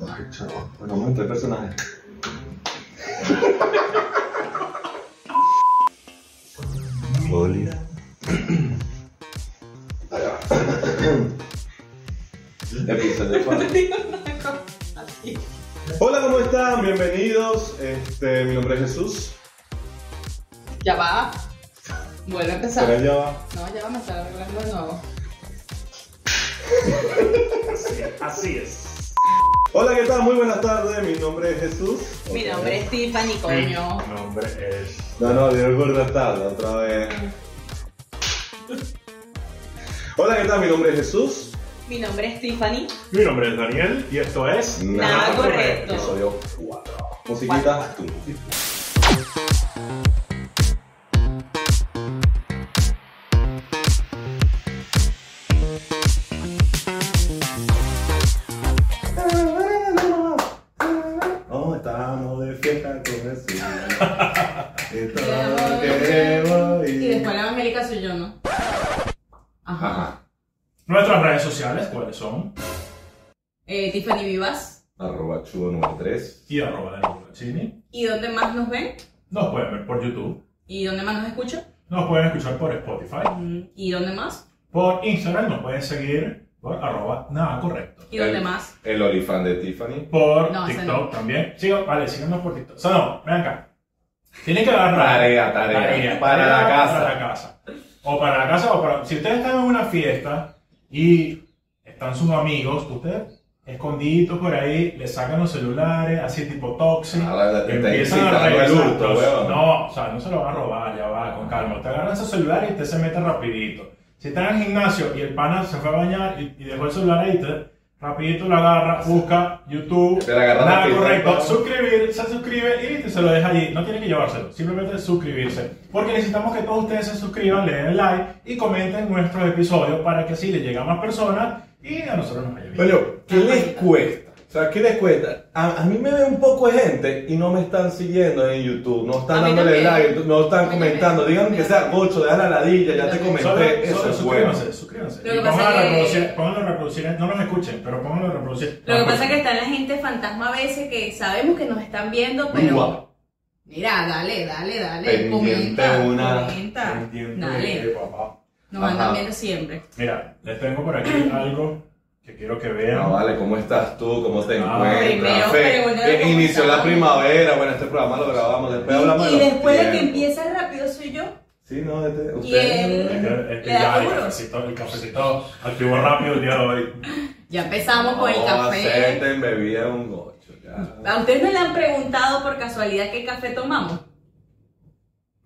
Ay, chaval. Bueno, vamos entre personajes. Oli. Allá. Episodio cuatro. Hola, ¿cómo están? Bienvenidos. Este, mi nombre es Jesús. Ya va. Vuelve a empezar. Pero ya va. No, ya va a estar arreglando de nuevo. Eh, Así es. Hola, ¿qué tal? Muy buenas tardes. Mi nombre es Jesús. Mi Otra nombre es vez. Tiffany, coño. Mi nombre es. No, no, Dios buenas tardes. Otra vez. Hola, ¿qué tal? Mi nombre es Jesús. Mi nombre es Tiffany. Mi nombre es Daniel y esto es. Nada correcto. Episodio 4. Musiquita. Oh, estamos de fiesta con Jesús. Y todo lo queremos Y y- después la evangélica soy yo, ¿no? Ajá. Ajá. Nuestras redes sociales, ¿cuáles son? Eh, Tiffany Vivas. Arroba chudo número 3. Y arroba de Cine. ¿Y dónde más nos ven? Nos pueden ver por YouTube. ¿Y dónde más nos escuchan? Nos pueden escuchar por Spotify. Mm, ¿Y dónde más? Por Instagram nos pueden seguir por arroba nada correcto. ¿Y dónde El- más? El olifán de Tiffany. Por No, ese TikTok no. también. Sigan, vale, síganos por TikTok. O sea, no, ven acá. Tienen que agarrar. Tarea, tarea. Para tarea la Para casa. la casa. O para la casa o para. Si ustedes están en una fiesta y están sus amigos, ustedes escondiditos por ahí, le sacan los celulares, así tipo toxic. Ah, la- la- te Empiezan a excitan, revisar. no el hurto, weón. No, o sea, no se lo van a robar, ya va, con calma. Te agarran su celular y usted se mete rapidito. Si están en el gimnasio y el pana se fue a bañar y, y dejó el celular ahí, te, rapidito lo agarra, busca YouTube, Te la agarra nada rapidito, correcto, ¿no? suscribir, se suscribe y listo, se lo deja allí. No tiene que llevárselo, simplemente suscribirse. Porque necesitamos que todos ustedes se suscriban, le den like y comenten nuestros episodios para que así le llegue a más personas y a nosotros nos vaya bien. Coño, ¿qué les cuesta? O sea, ¿qué les cuesta? A, a mí me ve un poco de gente y no me están siguiendo en YouTube, no A están mí dándole también. like, no A están mí comentando. también. Díganme que sea gocho, deja la ladilla, ya te Solo- comenté. Solo, pues, Eso solo es bueno. suscríbanse, suscríbanse. Lo que Y pónganlo pasa a que- reproducir, pónganlo a reproducir, no nos escuchen, pero pónganlo a reproducir. Lo que pasa es que está la gente fantasma a veces que sabemos que nos están viendo, pero. Guau. Mira, dale, dale, dale. Pendiente Comenta. una- Comenta. Entiendo, eh, Dale. papá. Nos Ajá. andan viendo siempre. Mira, les tengo por aquí algo que quiero que vean. No, vale, ¿cómo estás tú? ¿Cómo te Ah. encuentras? Primero Fe, pregúntale que cómo inició estás. la primavera, bueno, este programa lo grabamos, después hablamos de Y, y los después de que tiempos. empieza el rápido soy yo. Sí, no, este, Es ustedes... él- que, es que Le da ya el duro. cafecito, el cafecito activó rápido el día de hoy. Ya empezamos con el No, café. acepten, bebida un gocho, ya. ¿A ustedes no le han preguntado por casualidad qué café tomamos?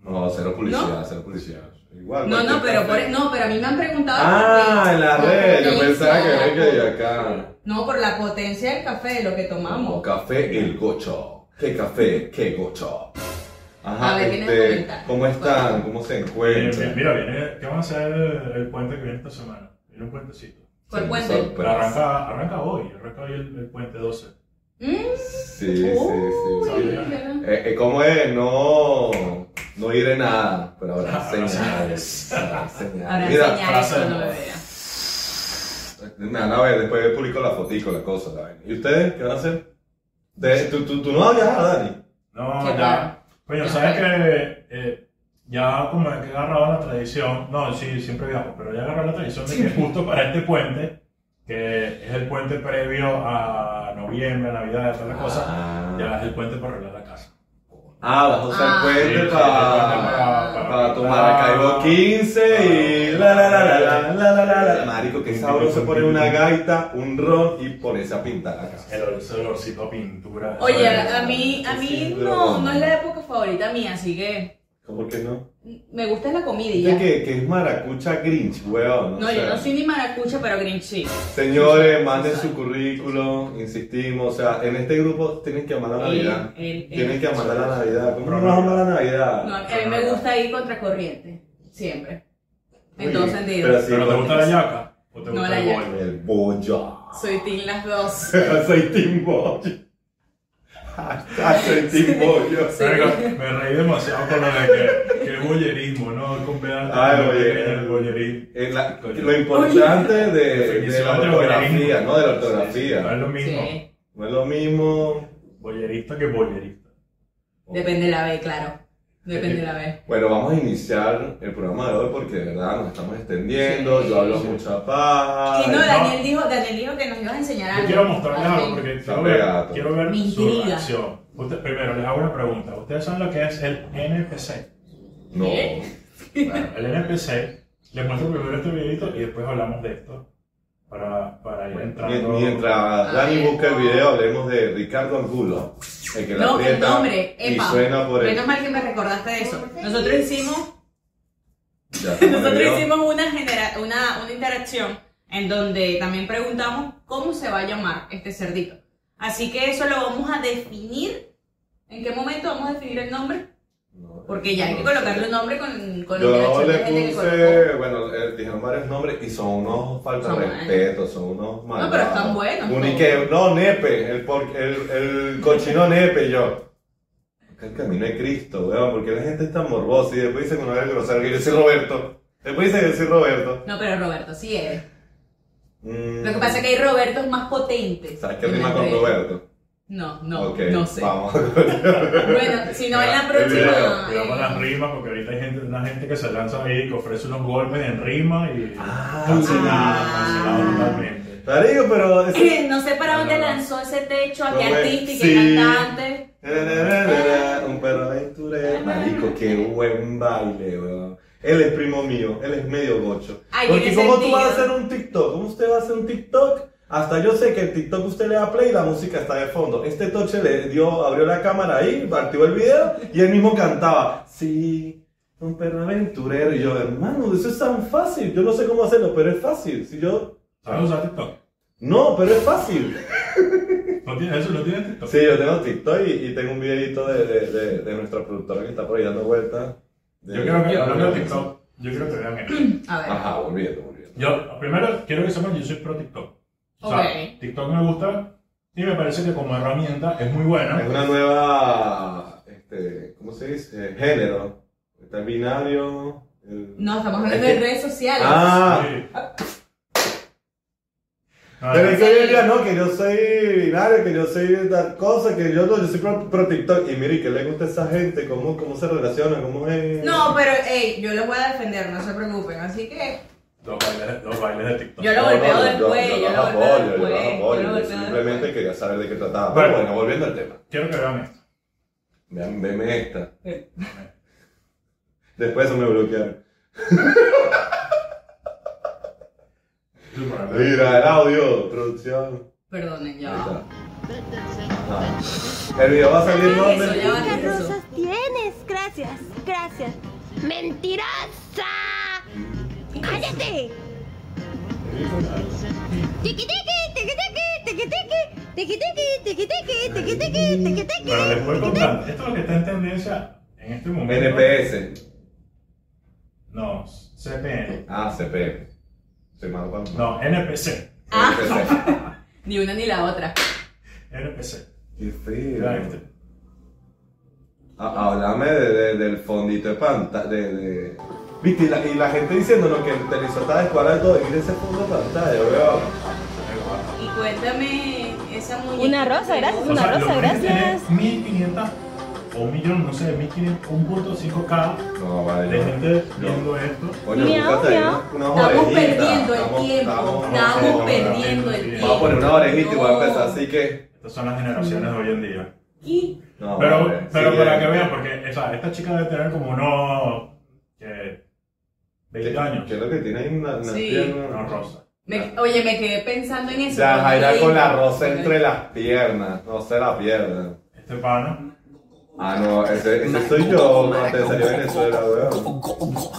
No, cero publicidad, cero publicidad. Igual, No, no, cualquier pero, café. por, no, pero a mí me han preguntado. Ah, en la por red. Yo potencia. pensaba que era que de acá. No, por la potencia del café, lo que Vamos, tomamos. café el gocho. ¿Qué café? ¿Qué gocho? Ajá, A ver, ¿quiénes este, comentan? ¿cómo están? ¿Cómo se Bien, encuentran? bien, Eh, Mira, viene, ¿qué vamos a hacer el, el puente que viene esta semana? Viene un puentecito. ¿Cuál Sí, puente? sorpresa. Pero arranca, arranca hoy, arranca hoy el, el puente 12. Mm, Sí, sí, sí. uy, sí. ya no. Eh, eh, ¿Cómo es? No, no iré nada, pero ahora Ahora señales. señales. ahora señales. Ahora Mira, enseñar eso, frase no de- bebé. me van a ver, después publico la fotico, la cosa, la vaina. ¿Y ustedes qué van a hacer? De- ¿tú, tú, tú no vas a viajar, Dani? No, Qué raro. ya. Coño, ¿sabes que eh, ya como que he agarrado la tradición? No, sí, siempre viajo, pero ya he agarrado la tradición de que justo para este puente, que es el puente previo a noviembre, a Navidad, a todas las cosas, Ah. ya es el puente para arreglar la casa. Ah, vas a usar Ah. el puente Sí, sí, para, para- para tu Maracaibo 15 y la la la la la la la la la. Marico, que sabroso poner una gaita, un ron y ponerse a pintar la casa. El olor- ese olorcito a pintura. Oye, ¿sabes? a a mí, a mí Sí, no, pero- no es la época favorita mía, así que ¿Por qué no? me gusta la comida y Dice ya. que, que es maracucha grinch, weón. No, o yo sea, no soy ni maracucha, pero green sí. Señores, manden su currículum, insistimos. O sea, en este grupo tienen que amar la Navidad. El- el- el- Tienen que amar la Navidad. ¿Cómo Pero no vas a no. amar la Navidad? No, a mí Ah. me gusta ir contracorriente, siempre. En Oye, todo sentido. pero sí, ¿Pero te gusta la yaca? ¿O te pues, No, gusta la el yaca. bollo? El boya. Soy Tim las dos. Soy Team Boy. Hashtag soy Team Boy. Sí. Verga, me reí demasiado con lo de que, que el bollerismo, ¿no? El cumpleaños. Ay, el oye. El bollerismo. En la- lo importante de, de la Definición de lo que ortografía, era. ¿no? De la ortografía. No es lo mismo. Sí. No es lo mismo. Boyerista que boyerista. Depende de la B, claro. Depende de la B. Bueno, vamos a iniciar el programa de hoy porque de verdad nos estamos extendiendo. yo hablo mucha paja. Y Ah, no, ¿eh? no. Daniel dijo, Daniel dijo que nos ibas a enseñar algo. Ah, Yo quiero mostrarles Al algo fin. porque Está quiero ver, pegado. quiero ver Me su intriga. reacción. Usted- primero, les hago una pregunta. ¿Ustedes saben lo que es el NPC? No. Bueno, el NPC, les muestro primero este videito y después hablamos de esto para, para ir entrando. Mien- Mientras Dani ver. busca el video, hablemos de Ricardo Angulo. El que la No, que aprieta nombre, y epa. suena por el. Menos mal que me recordaste de eso. Nosotros hicimos Ya, estamos en el Nosotros video. hicimos una, genera- una, una interacción en donde también preguntamos cómo se va a llamar este cerdito. Así que eso lo vamos a definir. ¿En qué momento vamos a definir el nombre? No, eh, Porque ya hay que no sé. colocarle un nombre con, con Yo interacción le de gente que colocó. puse, bueno, eh, dijeron varios nombres y son unos falta de Son respeto, son unos malos. pero están buenos Uno y todos. que, no, nepe, el, por- el, el cochino nepe, y yo. Acá el camino de Cristo, weón, porque la gente es tan morbosa y después dicen que no es grosero, que yo soy Roberto. Después dicen que yo soy Roberto. No, pero Roberto sí es. Mm, Lo que pasa es que hay Robertos más potentes. ¿Sabes qué rima con Roberto? No, no, Ok, no sé. Vamos. Bueno, si no en la El video, próxima. Cuidado con las eh, rimas porque ahorita hay gente, una gente que se lanza ahí y que ofrece unos golpes en rima y Ah. cancelado, cancelado Ah. totalmente. Marico, pero. es- no sé para dónde No, no. lanzó ese techo, a qué Roberto, artista y sí. qué cantante. Un perro aventurero. Marico, qué buen baile, weón. Él es primo mío, él es medio gocho. Ay, Porque tiene como tú sentido. vas a hacer un TikTok, ¿cómo usted va a hacer un TikTok? Hasta yo sé que el TikTok usted le da play y la música está de fondo. Este toche le dio, abrió la cámara ahí, activó el video y él mismo cantaba. Sí, un perro aventurero. Y yo, hermano, eso es tan fácil. Yo no sé cómo hacerlo, pero es fácil. Si yo. ¿Sabes usar TikTok? No, pero es fácil. ¿No tienes eso? ¿No tienes TikTok? Sí, yo tengo TikTok y, y tengo un videito de, de, de, de nuestra productora que está por ahí dando vueltas. Ah, Yo creo que hablando de TikTok, yo creo que vean esto. A ver. Ajá, volviendo, volviendo. Yo, primero, quiero que sepan que yo soy pro TikTok. O sea, Ok. TikTok me gusta y me parece que como herramienta es muy Es buena. una nueva, este, ¿cómo se dice? Eh, Género. Está el binario. el- No, estamos hablando Es de que- redes sociales. Ah, Sí. Ah, pero es que hoy en día no, que yo soy binario, que yo soy tal cosa, que yo no, yo soy pro, pro TikTok. Y mire, que le gusta a esa gente, cómo, cómo se relaciona, cómo es. No, pero ey, yo los voy a defender, no se preocupen. Así que Los bailes, los bailes de TikTok. Yo lo- golpeo después, yo los lo golpeo apoyo, yo después, los apoyo, yo lo yo golpeo Simplemente después. quería saber de qué trataba. Bueno. Pero bueno, volviendo al tema. Quiero que vean esto. Vean, veme esta. Eh. Después se me bloquearon. Mira, el audio, producción. perdonen, ya Ahí va. está. Ah. El video va a salir Ay, eso, ya donde. va. ¿Cuántas Eso. rosas tienes? Gracias, gracias. ¡Mentirosa! ¡Cállate! Tiki tiki, tiki tiki, tiki tiki, tiki tiki, tiki tiki, tiki tiki, tiki tiki. Pero les voy a contar. Esto es lo que está en tendencia en este momento. NPS. No, CPN. Ah, CP. Soy malo para. No, NPC. Ah. NPC. Ni una ni la otra. NPC. Qué Vean feo. este. Ah, Háblame de, de- del fondito de pantalla. De, de- Viste, y la, y la gente diciéndonos que el televisor está descuadrado y todo. Y mira ese fondo de pantalla, weón. Y cuéntame esa muñeca. Una rosa, que gracias, vos- una lo rosa, que es tener gracias. 1500 o un millón, no sé, 1500, 1.5K No, vale. de gente No. viendo esto. Coño, Miau, búscate ahí miau. una Estamos orejita. perdiendo el Estamos- tiempo. estamos- Estamos no, perdiendo Vamos el tiempo. Vamos a poner una orejita y voy a No. empezar, así que. Estas son las generaciones de hoy en día. Y- No, Pero, Ah, vale, pero sí, para bien. que vean, porque o sea, esta chica debe tener como unos eh, 20 años. ¿Qué es lo que tiene ahí? Una, una Sí. pierna. No, rosa. me- oye, me quedé pensando en eso. Ya, cuando Jaira leí. con la rosa entre las piernas. No se la pierdan. Este pana. Ah, no, ese, ese soy yo cuando te salió Venezuela, weón.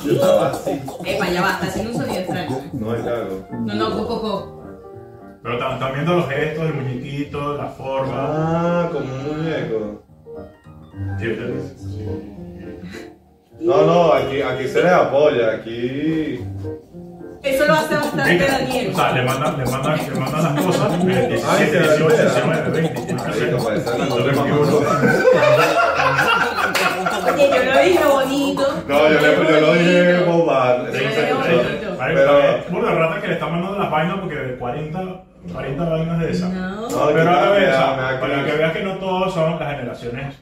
Yo estaba así. Epa, ya va, está haciendo un sonido extraño. No, es algo. No, no, coco, coco. Pero tam- están viendo los gestos, el muñequito, la forma. Ah, como un muñeco. Sí, ¿viste? No, no, aquí, aquí se les apoya, aquí. Eso lo hace bastante Daniel. O sea, le mandan, le mandan, le mandan las cosas. mira, Ay, 17, se la 18, libera. 19, 20. tiene que Marico, ser. parece la noche más dura. Oye, yo lo dije bonito. No, yo, le, yo lo dije Bonito. bobar. Yo lo dije bonito. Marico, Pero- es burda de rata que le está mandando las vainas porque de 40 40 vainas de esas. No. No, pero a la me vez, da- o sea, me da para cringe. que veas que no todos son las generaciones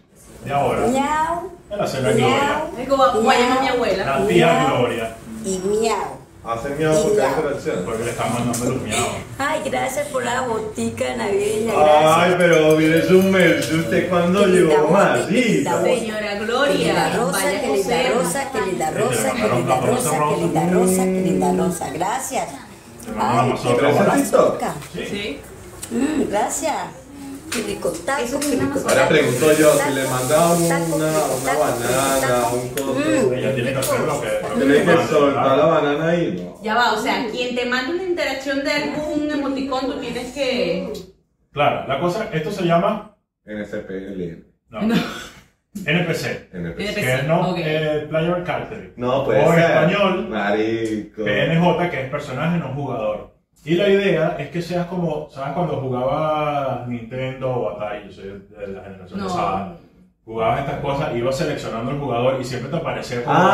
de ahora. De la señora Gloria. Es como acompañamos a mi abuela. La tía Gloria. y miau. Hacen miedo por cada interacción. Porque le están mandando los miados. Ay, gracias por la botica navideña, Ay, gracias. pero vienes un mes de usted cuando Qué llegó linda más. voz, qué linda voz. Señora Que linda Gloria, rosa, vaya que linda coser. rosa, que linda Sí, rosa, te que linda mandaron rosa, rosa, que linda rosa. rosa, que linda rosa, gracias. Te mandaron Ay, más qué otra ¿Pero ese más. rosa TikTok? toca. Sí. Mm, gracias. Qué rico Eso taco, es qué una rico mazorca. Ahora pregunto yo si le mandaban Taco, una, taco, una taco, banana, taco. Mm, un coco. Ella tiene que hacer lo que. lo que Tiene le que manden, soltar la ¿verdad? banana ahí. No. Ya va, o sea, quien te manda una interacción de algún emoticón, tú tienes que. Claro, la cosa, esto se llama NSPL. no, NPC, NPC. NPC. que es no ok. eh, player character. No, puede o en ser. español, Marico. PNJ, que es personaje no jugador. Y la idea es que seas como, ¿sabes? Cuando jugabas Nintendo o Atari, yo soy de la generación No. Ah. pasada, jugabas estas cosas, ibas seleccionando el jugador y siempre te aparecía como esta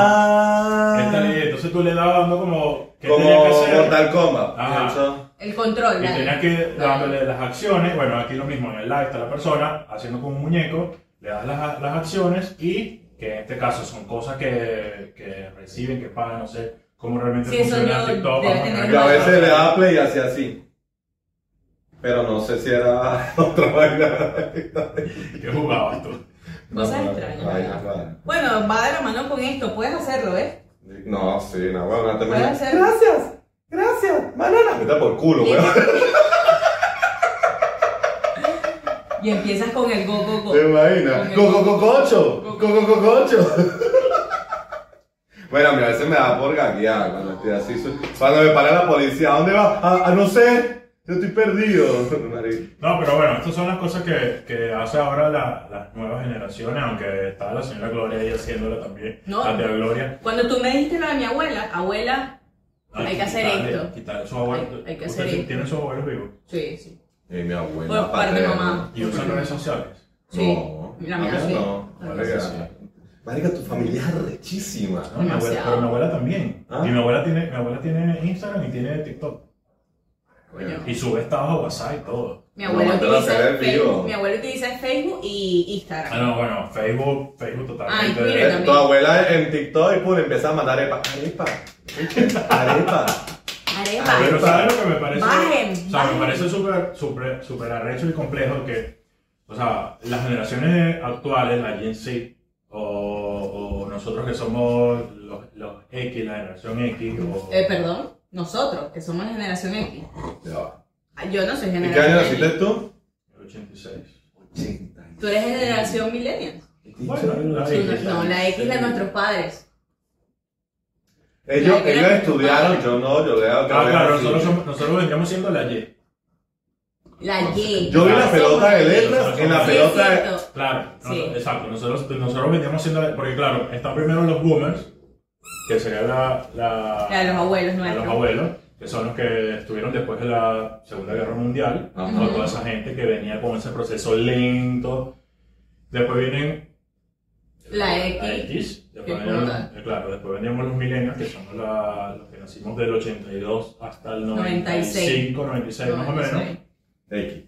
Ah. idea. Entonces tú le dabas dando como que Como tenía que hacer. Mortal Kombat. Ajá. Eso. El control. Y dale. tenías que Dale. dándole las acciones, bueno, aquí lo mismo, en el live está la persona haciendo con un muñeco, le das las, las acciones y, que en este caso son cosas que, que reciben, que pagan, no sé cómo realmente Sí, eso funciona yo- TikTok. vamos debe a tener poner- Yo a veces le daba play y hacía así. Pero no sé si era otra vaina. ¿Qué jugabas tú? Cosas No, extrañas. vainas raras. Bueno, va de la mano con esto, puedes hacerlo, ¿eh? No, sí, no, bueno, no te Puedes metas. hacerlo. Gracias, gracias, banana. Vete por culo, Y, weón. y empiezas con el go, go, go. ¿Te imaginas? Con el- Coco cococho, coco cococho. Bueno, a mí a veces me da por gaguear cuando estoy así. su- Cuando me para la policía, ¿a dónde va? A, a no sé, yo estoy perdido. marico. No, pero bueno, estas son las cosas que, que hace ahora la- las nuevas generaciones, aunque está la señora Gloria ahí haciéndola también, No. la tía Gloria. Cuando tú me dijiste lo de mi abuela, abuela, Ay, hay que hacer quitarle- esto. quitarle sus abuelos. Hay- hay que Ustedes hacer esto. Tienen sus abuelos vivos Sí, sí. Y mi abuela. Por parte de paterna. mamá. y usan redes sociales. Sí. No, La a mí mía sí. no. La mía marica. sí. Marica, tu familia es rechísima. No, mi abuela, Demasiado. pero mi abuela también. ¿Ah? Y mi abuela, tiene, mi abuela tiene Instagram y tiene TikTok. Coño. Y sube estados a WhatsApp y todo. Mi abuela, No, te lo utiliza hacer en vivo. Facebook, mi abuela utiliza Facebook y Instagram. Ah, no, bueno, Facebook, Facebook totalmente. Ah, y Twitter. Eh, Tu abuela en TikTok y pum, empieza a mandar arepa. Arepa. Arepa. Ah, Arepa. Pero ¿sabes lo que me parece? Bajen, o sea, bajen. me parece súper, súper, súper arrecho y complejo que, o sea, las generaciones actuales, la Gen Z, o, o nosotros que somos los, los X, la generación X, o... Eh, perdón, nosotros, que somos la generación X. Ya va. Ah, Yo no soy ¿Y qué año generación X. naciste tú? El 86. 80. Tú eres generación millennial. Bueno, la Tú no- X. No, la X la de nuestros padres. Ellos, La que ellos era- estudiaron, yo no, yo le hago Ah, claro, nosotros, somos, nosotros veníamos siendo la Y. La Y. Yo vi la pelota de Nosotros letras en la somos- pelota de... Claro, no, Sí. exacto. Nosotros, pues, nosotros veníamos siendo. Porque, claro, están primero los boomers, que serían la, la, La de los la abuelos de los nuestros. abuelos, que son los que estuvieron después de la Segunda Guerra Mundial, Ajá. con toda esa gente que venía con ese proceso lento. Después vienen. La X, después que venían- como tal. eh, claro, después veníamos los milenios, que somos la- los que nacimos del 82 hasta el 96. 95, 96, más o menos. X.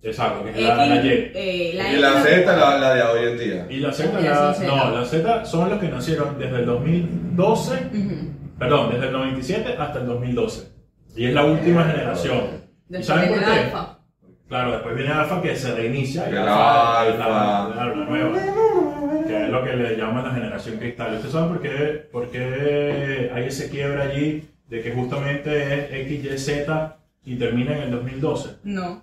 Exacto, que es la, la Y. X, eh, la Y la X- Z, la, la de hoy en día. Y la Z, Uy, la- así se no, llama. la Z son los que nacieron desde el 2012, Ujú. perdón, desde el 97 hasta el 2012. Y es la última generación. ¿Y Después saben viene por la qué? alfa. Claro, después viene Alfa que se reinicia. y El La, Alfa. claro, la nueva. Que es lo que le llaman la generación cristal. ¿Ustedes saben por qué, por qué hay ese quiebre allí de que justamente es X, Y, Z y termina en el 2012? No.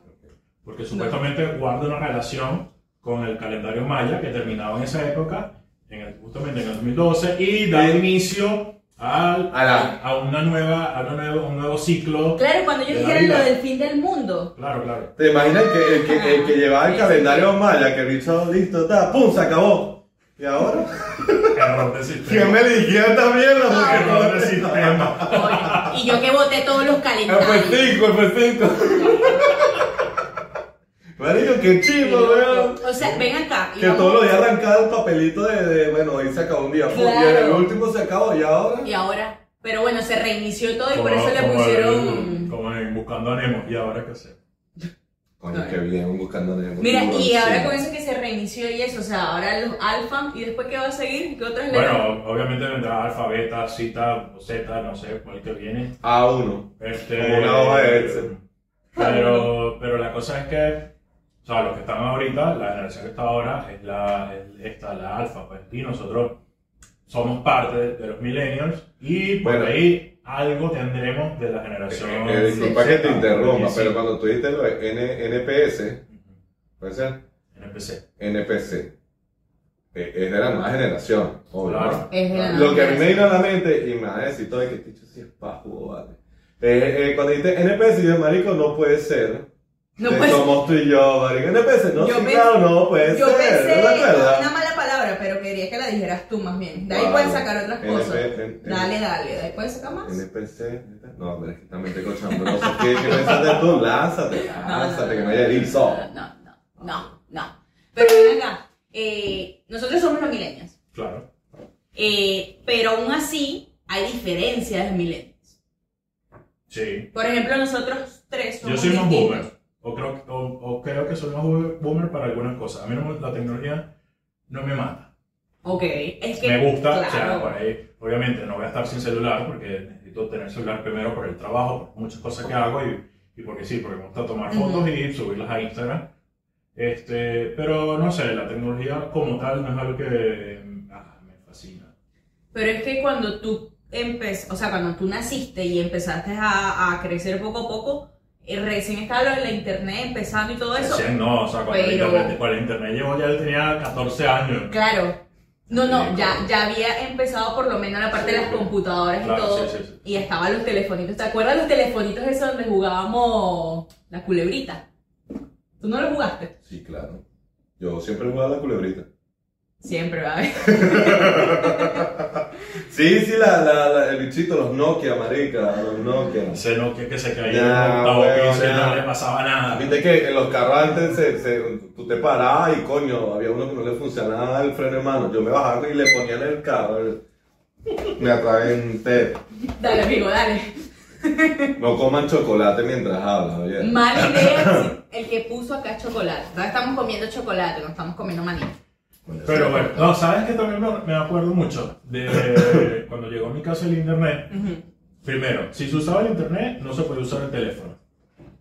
Porque supuestamente guarda una relación con el calendario maya que terminaba en esa época, en el- justamente en el 2012, y da inicio al- A la- a una nueva, a una nueva- un nuevo ciclo. Claro, cuando ellos De la dijeron vida. lo del fin del mundo. Claro, claro. ¿Te imaginas que el que, el que llevaba el Ah, Sí. calendario maya, que el bicho, listo, está, pum, se acabó? ¿Y ahora? Error de ¿Quién sistema. me eligió esta mierda? Porque Error no de sistema. Coño, y yo que voté Ah, pues todos los calendarios. F5, F5. Marico, qué chido, weón. O sea, ven acá. y pues, Que vamos- todos los días arrancaba el papelito de, de, bueno, hoy se acabó un día. pum, Y en el Claro. último se acabó, ¿y ahora? Y ahora. Pero bueno, se reinició todo y por Como- eso le como el- pusieron. Como en Busca buscando a Nemo. ¿Y ahora qué hacemos? Coño, qué bien, buscando Nemo. Mira, y Sí. ahora con eso que se reinició y eso, o sea, ahora los alfa, ¿y después qué va a seguir? ¿Qué otras letras? Bueno, obviamente vendrá alfa, beta, zeta, zeta, no sé cuál que viene. A1. Este, Como una hoja de Excel. Pero, pero la cosa es que, o sea, los que están ahorita, la generación que está ahora, es la, es esta, la alfa, pues, y nosotros somos parte de, de los millennials y por Bueno. ahí algo tendremos de la generación. Eh, disculpa que te Z, interrumpa, y sí, pero cuando tú dijiste lo de N- NPS, puede ser NPC. NPC, eh, es de la nueva generación, obvio, Claro. ¿no? Es de la Lo que a mí me vino a la mente, y me van a decir todo de que dicho si es pajo, vale. Eh, eh, cuando dijiste NPS, yo, marico, no puede ser. No pues, Eh, puede ser. Somos tú y yo, marico. NPS, no, Yo sí, pensé- claro, no puede Yo ser. pensé ¿No te en acuerdas? una mala palabra, pero quería que la dijeras tú más bien. De ahí Wow. pueden sacar otras cosas. NP, en- en- Dale, dale, de ahí puedes sacar más. NPC, no, pero es que también tengo chambroso. ¿Qué, ¿Qué pensaste tú? Lánzate, lánzate, que no haya erizo. No, no, no, no. Pero ven acá, eh, nosotros somos los milenios, Claro. pero aún así hay diferencias en milenios. Sí. Por ejemplo, nosotros tres somos Yo soy más distintos. boomer. O creo, o, o creo que soy más boomer- boomer para algunas cosas. A mí no me- la tecnología no me mata. Ok, es que... me gusta, claro, o sea, por ahí, obviamente no voy a estar sin celular porque necesito tener celular primero por el trabajo, por muchas cosas que hago y, y porque sí, porque me gusta tomar Ujú. fotos y subirlas a Instagram. Este, pero no sé, la tecnología como tal no es algo que ah, me fascina. Pero es que cuando tú empez, o sea, cuando tú naciste y empezaste a, a crecer poco a poco, eh, recién estaba lo de la internet empezando y todo eso. Recién no, o sea, cuando, pero- el internet, cuando el internet llegó ya yo tenía 14 años. Claro. No, no, Sí, ya, claro. ya había empezado por lo menos la parte de las Sí, computadoras y claro, todo. sí, sí, sí. Y estaban los telefonitos. ¿Te acuerdas los telefonitos esos donde jugábamos la culebrita? ¿Tú no lo jugaste? Sí, claro. Yo siempre he jugado a la culebrita. Siempre, va a ver. Sí, sí, la, la, la- el bichito, los Nokia, marica, los Nokia. Ese Nokia que se caía en Ya, el octavo weón, piso y ya. no le pasaba nada. Viste que en los carros antes se, se- tú te parabas y coño, había uno que no le funcionaba el freno de mano. Yo me bajaba y le ponía en el carro. el- Me atraventé. Dale, amigo, dale. No coman chocolate mientras hablan, oye. Mala idea el que puso acá chocolate. Ahora estamos comiendo chocolate, no estamos comiendo maní. Pero bueno, no, sabes que también me, me acuerdo mucho de cuando llegó a mi casa el internet. Ujú. Primero, si se usaba el internet, no se podía usar el teléfono.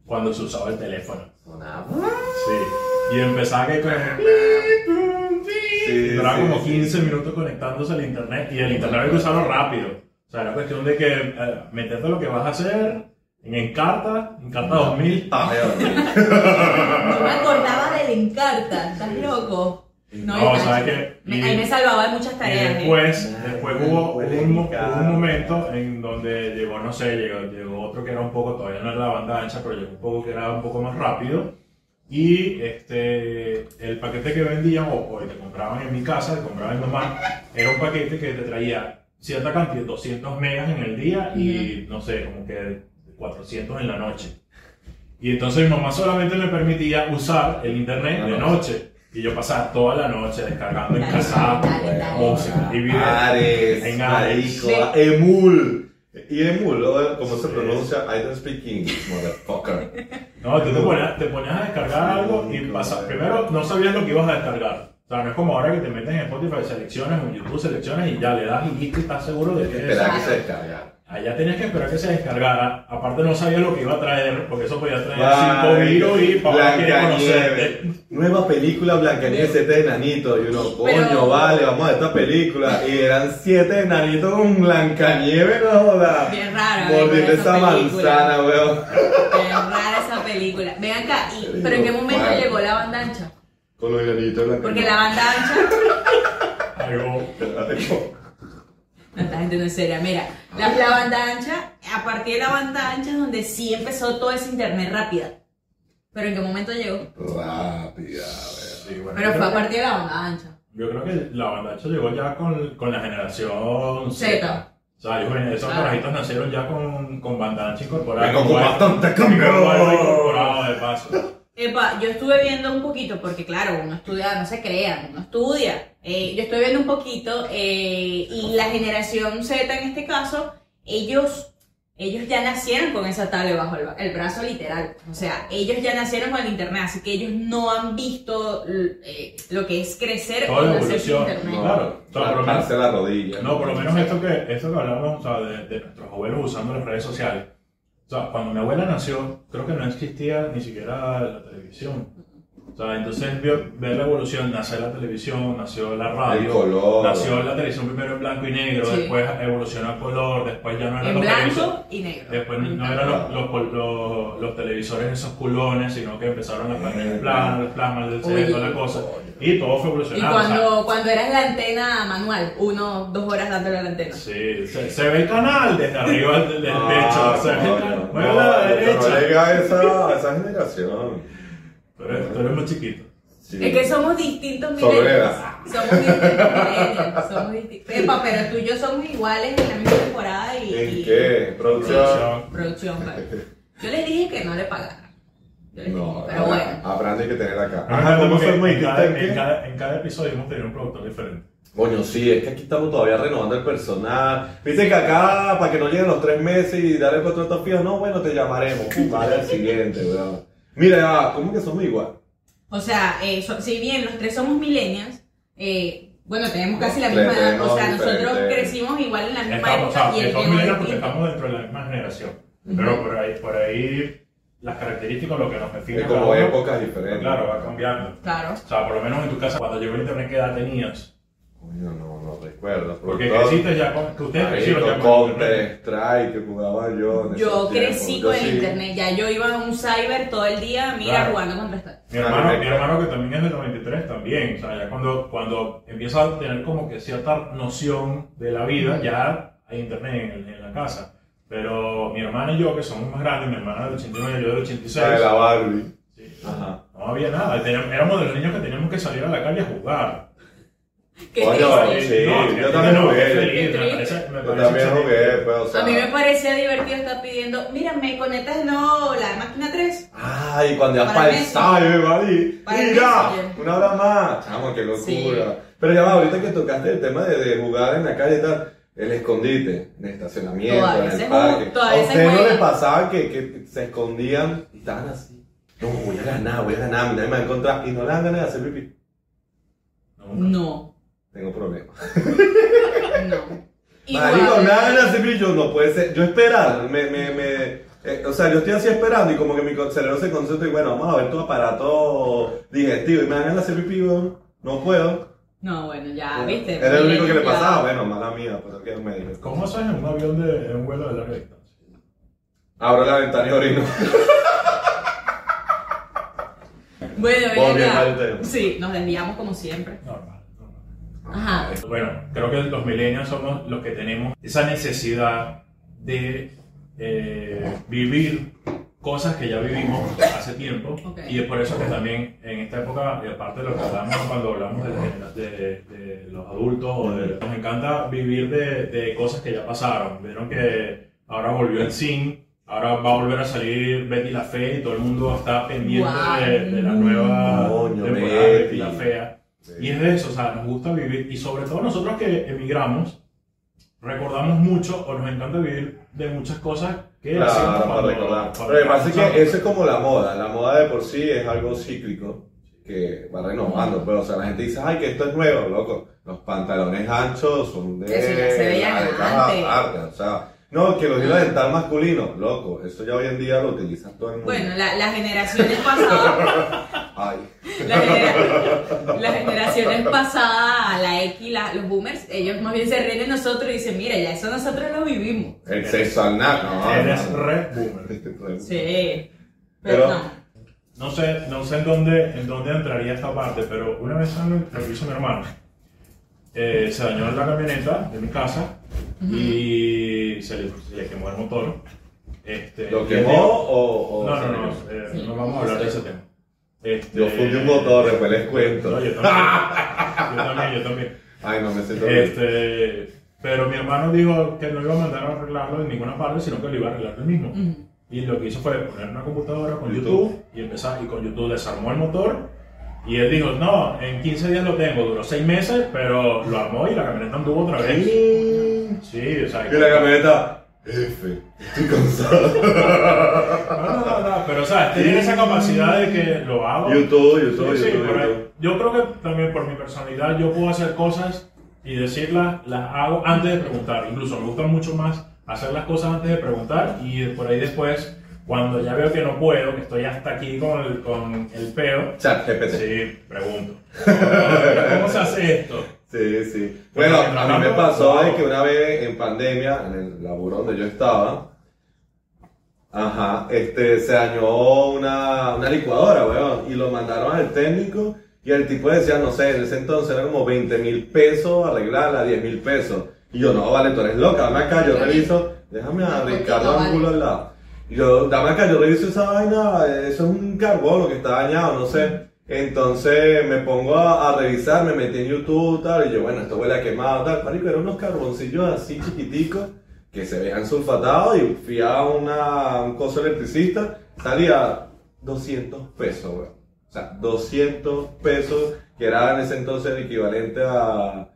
Cuando se usaba el teléfono. Sí. Y empezaba que con... Sí, Duraba sí, como sí. 15 minutos conectándose al internet y el internet había que usarlo rápido. O sea, era cuestión de que eh, meterte lo que vas a hacer en Encarta, Encarta 2000. Ay, hombre. No me acordaba del Encarta, ¿estás loco? No, Encarta, ¿sabes qué? me- Y- ahí me salvaba de muchas Y tareas. ¿eh? después, después hubo Ay, un, mo- delicado. hubo un momento en donde llegó, no sé, llegó, llegó otro que era un poco, todavía no era la banda ancha, pero llegó un poco que era un poco más rápido. Y este, el paquete que vendían o, o te compraban en mi casa, te compraban en mamá, era un paquete que te traía cierta cantidad, 200 megas en el día y no sé, como que 400 en la noche. Y entonces mi mamá solamente me permitía usar el internet La de noche. noche. Y yo pasaba toda la noche descargando en Dale, casa dale, dale. música pues, y video. Ares, En marico, ah, Ares. Emul. Y Emul, ¿no? ¿cómo se Sí. pronuncia? I don't speak English, motherfucker. No, tú te ponías, te ponías a descargar algo y Marico, pasas. eh. Primero, no sabías lo que ibas a descargar. O sea, no es como ahora que te metes en Spotify, selecciones o en YouTube, selecciones y ya le das y listo, estás seguro de Hay que que es. esperar que se descarga. Allá tenías que esperar que se descargara. Aparte, no sabías lo que iba a traer, porque eso podía traer cinco Ay, virus y papá quiere Blancanieves. conocerte. Nueva película Blancanieves, siete enanitos. Y uno, coño, Pero- vale, vamos a esta película. Y eran siete enanitos con Blancanieves, no jodas. Bien rara, Mordiendo bien rara esa esa película. manzana, weón. Qué rara esa película. Ven acá, y- Te pero ¿en qué digo, momento madre. llegó la banda ancha? Con los enanitos de Porque la banda ancha. Algo. No, esta gente no es seria. Mira, la, la banda ancha, a partir de la banda ancha es donde sí empezó todo ese internet rápida. Pero ¿en qué momento llegó? Rápida, Sí, bueno, Pero yo fue a creo- partir de la banda ancha. Yo creo que la banda hecho llegó ya con, con la generación Z. O sea, ellos, ven- esos Claro. carajitos nacieron ya con, con banda ancha incorporada. Vengo con wi- bastante con cambio. wifi incorporado de paso. Epa, yo estuve viendo un poquito, porque claro, uno estudia, no se crean, uno estudia. Eh, yo estuve viendo un poquito eh, y la generación Z en este caso, ellos ellos ya nacieron con esa tablet bajo el, ba- el brazo literal. O sea, ellos ya nacieron con el internet, así que ellos no han visto l- eh, lo que es crecer Toda o la nacer sin evolución. internet. Claro. O sea, por lo menos- Arrancarse la rodilla. No, por lo menos esto que, esto que hablamos o sea, de, de nuestros abuelos usando las redes sociales. O sea, cuando mi abuela nació, creo que no existía ni siquiera la televisión. O sea, entonces vio, ver la evolución, nació la televisión, nació la El radio, color. nació la televisión primero en blanco y negro, Sí. después evolucionó a color, después ya no eran En los televisores. blanco y negro. Después no eran los, los, col- los- los televisores esos culones, sino que empezaron las paneles planas, los plasmas, el CD, Oye. toda la cosa. Y todo fue y evolucionando. o sea, cuando, cuando eras la antena manual, uno, dos horas dándole a la antena. Sí, se, se ve el canal desde arriba del, del techo. Se ve el canal. Ah, No, Mueve a la yo no derecha. llegué a esa, a esa generación. Tú eres, tú eres más chiquito. Sí. Es que somos distintos millennials. Sobreras. Somos distintos millennials. Somos distintos. Epa, pero tú y yo somos iguales en la misma temporada y. ¿En y- qué? Producción. Producción. Producción, vale. Yo les dije que no le pagaran. Yo les No, dije, pero bueno. a Fran hay que tener acá. Ajá, ¿cómo Porque ser muy en, cada, distinto? en cada- en cada episodio hemos tenido un productor diferente. Coño, sí, es que aquí estamos todavía renovando el personal. Viste que acá, para que no lleguen los tres meses y dar el contrato fijo, no, bueno, te llamaremos. Para el siguiente, weón. Mira, ya, ¿cómo que somos igual? O sea, eh, so- si bien los tres somos millennials, eh, bueno, tenemos casi la Los misma tres edad. O sea, tenemos nosotros diferentes. crecimos igual en la misma Estamos, época o y sea, el estamos tema es bien porque distinto. estamos dentro de la misma generación. Ujú. Pero por ahí, por ahí las características, lo que nos define. Es cada como uno, épocas diferentes. Claro, va cambiando. Claro. O sea, por lo menos en tu casa, cuando llegó el internet, ¿qué edad tenías? Coño, no, no recuerdo. Porque Productor. creciste ya con. Que ustedes crecieron ya Marico, con. el Counter internet. Strike que jugaba yo. en Yo esos crecí tiempos. con Yo el sí. internet. Ya yo iba a un cyber todo el día, mira, Claro. jugando contra esta. Mi hermano, Claro. mi hermano que también es del 93 también, o sea, ya cuando, cuando empieza a tener como que cierta noción de la vida, ya hay internet en, el- en la casa. Pero mi hermana y yo, que somos más grandes, mi hermana del 89 y yo del 86, La de la Barbie. sí, Ajá. no había nada. Teníamos- éramos de los niños que teníamos que salir a la calle a jugar. Qué Coño, triste. sí, Eh, no, yo que- también no, jugué. qué feliz, Qué me triste. parece- me Yo parece también excelente. jugué, pues, o sea. A mí Ah. me parecía divertido estar pidiendo, mira, me conectas no la de máquina 3. Ay, cuando ya Para para el Messi. cyber, ¿vale? Para Mira, Messi. una hora más. Chamo, qué locura. Sí. Pero ya va, ahorita Ahorita que tocaste el tema de, de jugar en la calle y tal, el escondite, en el estacionamiento, Todavía en se el juega, parque. todavía ¿A se ustedes no juega. les pasaba que, que se escondían y estaban así? No, voy a ganar, voy a ganar, nadie me va a encontrar. Y no le dan ganas de hacer pipí. Nunca. No, Tengo problemas. no. Marico, nada de hacer pipí, yo no puede ser. Yo esperar, me, me, me- eh, o sea, yo estoy así esperando y como que mi cerebro se concentra y bueno, vamos a ver tu aparato digestivo y me dan ganas de hacer pipí, weón. No puedo. No, bueno, ya, Ah, viste. Era lo único que le Ya. pasaba. Bueno, mala mía, pues que me dijo. ¿Cómo haces en un avión de en un vuelo de larga distancia? Abro la ventana y orino. Bueno, ven Volviendo acá. al tema. Sí, nos desviamos como siempre. Normal, normal. Ajá. Bueno, creo que los millennials somos los que tenemos esa necesidad de eh, vivir cosas que ya vivimos hace tiempo Ok. y es por eso que también en esta época, y aparte de lo que hablamos cuando hablamos de, la- de- de los adultos, o de- nos encanta vivir de, de cosas que ya pasaron. Vieron que ahora volvió el zinc, ahora va a volver a salir Betty la Fe y todo el mundo está pendiente Guau. de, de la nueva Coño, temporada de Betty Betty. la Fea. Y es de eso, o sea, nos gusta vivir y sobre todo nosotros que emigramos, recordamos mucho o nos encanta vivir de muchas cosas que hacíamos Claro, para cuando- recordar. cuando Pero me parece que escuchamos. eso es como la moda. La moda de por sí es algo cíclico que va renovando. Pero, o sea, la gente dice, ay, que esto es nuevo, loco. Los pantalones anchos son de. Eso ya se veían la de caja antes. Ah. larga, O sea, no, que los hilos dental masculinos, loco. Eso ya hoy en día lo utilizan todo el mundo. Bueno, la- las generaciones pasadas, Ay. la genera- las generaciones pasadas, la X, la- los boomers, ellos más bien se ríen de nosotros y dicen, mira, ya eso nosotros lo vivimos. El sexo anal, no. Eres Ah, no. Este, re boomer. Sí. Pero- Pero no. No sé, no sé en dónde, en dónde entraría esta parte, pero una vez ¿saben lo que hizo mi hermano, Eh, se dañó la camioneta de mi casa y se le, se le quemó el motor. Este, ¿Lo y el quemó tío- o.? o No, no, se no, le- eh, no vamos a hablar de ese tema. Este, Yo fundí un motor, después les cuento. No, yo también. yo también, yo también. Ay, no me siento bien. Este, pero mi hermano dijo que no iba a mandar a arreglarlo de ninguna parte, sino que lo iba a arreglar él mismo. Ujú. Y lo que hizo fue poner una computadora con YouTube. YouTube, y empezar, y con YouTube desarmó el motor. Y él dijo, no, en 15 días lo tengo, duró 6 meses, pero lo armó y la camioneta anduvo otra vez. Sí, o sea, Y la camioneta. F, estoy cansado. No, no, no, no, pero sabes, tener esa capacidad de que lo hago. YouTube, Sí, YouTube, sí, YouTube. por ahí. YouTube. Yo creo que también por mi personalidad yo puedo hacer cosas y decirlas, las hago antes de preguntar. Incluso me gusta mucho más hacer las cosas antes de preguntar y por ahí después, cuando ya veo que no puedo, que estoy hasta aquí con el, con el peo, Chat GPT. sí, pregunto. ¿Cómo se hace esto? Sí, sí. Bueno, a mí me pasó de que una vez en pandemia, en el laburo donde yo estaba, ajá, este, se dañó una, una licuadora, weón, y lo mandaron al técnico y el tipo decía, no sé, en ese entonces era como 20 mil pesos arreglarla, 10 mil pesos. Y yo, no, vale, tú eres loca, dame acá, yo reviso, déjame a Ricardo vale. Ángulo al lado. Y yo, dame acá, yo reviso esa vaina, eh, eso es un carbono que está dañado, no sé. Entonces me pongo a, a revisar, me metí en YouTube, tal, y yo, bueno, esto huele a quemado, tal. Marico, eran unos carboncillos así chiquiticos que se veían sulfatados y fui a una, un coso electricista, salía 200 pesos, weón. O sea, 200 pesos, que era en ese entonces el equivalente a,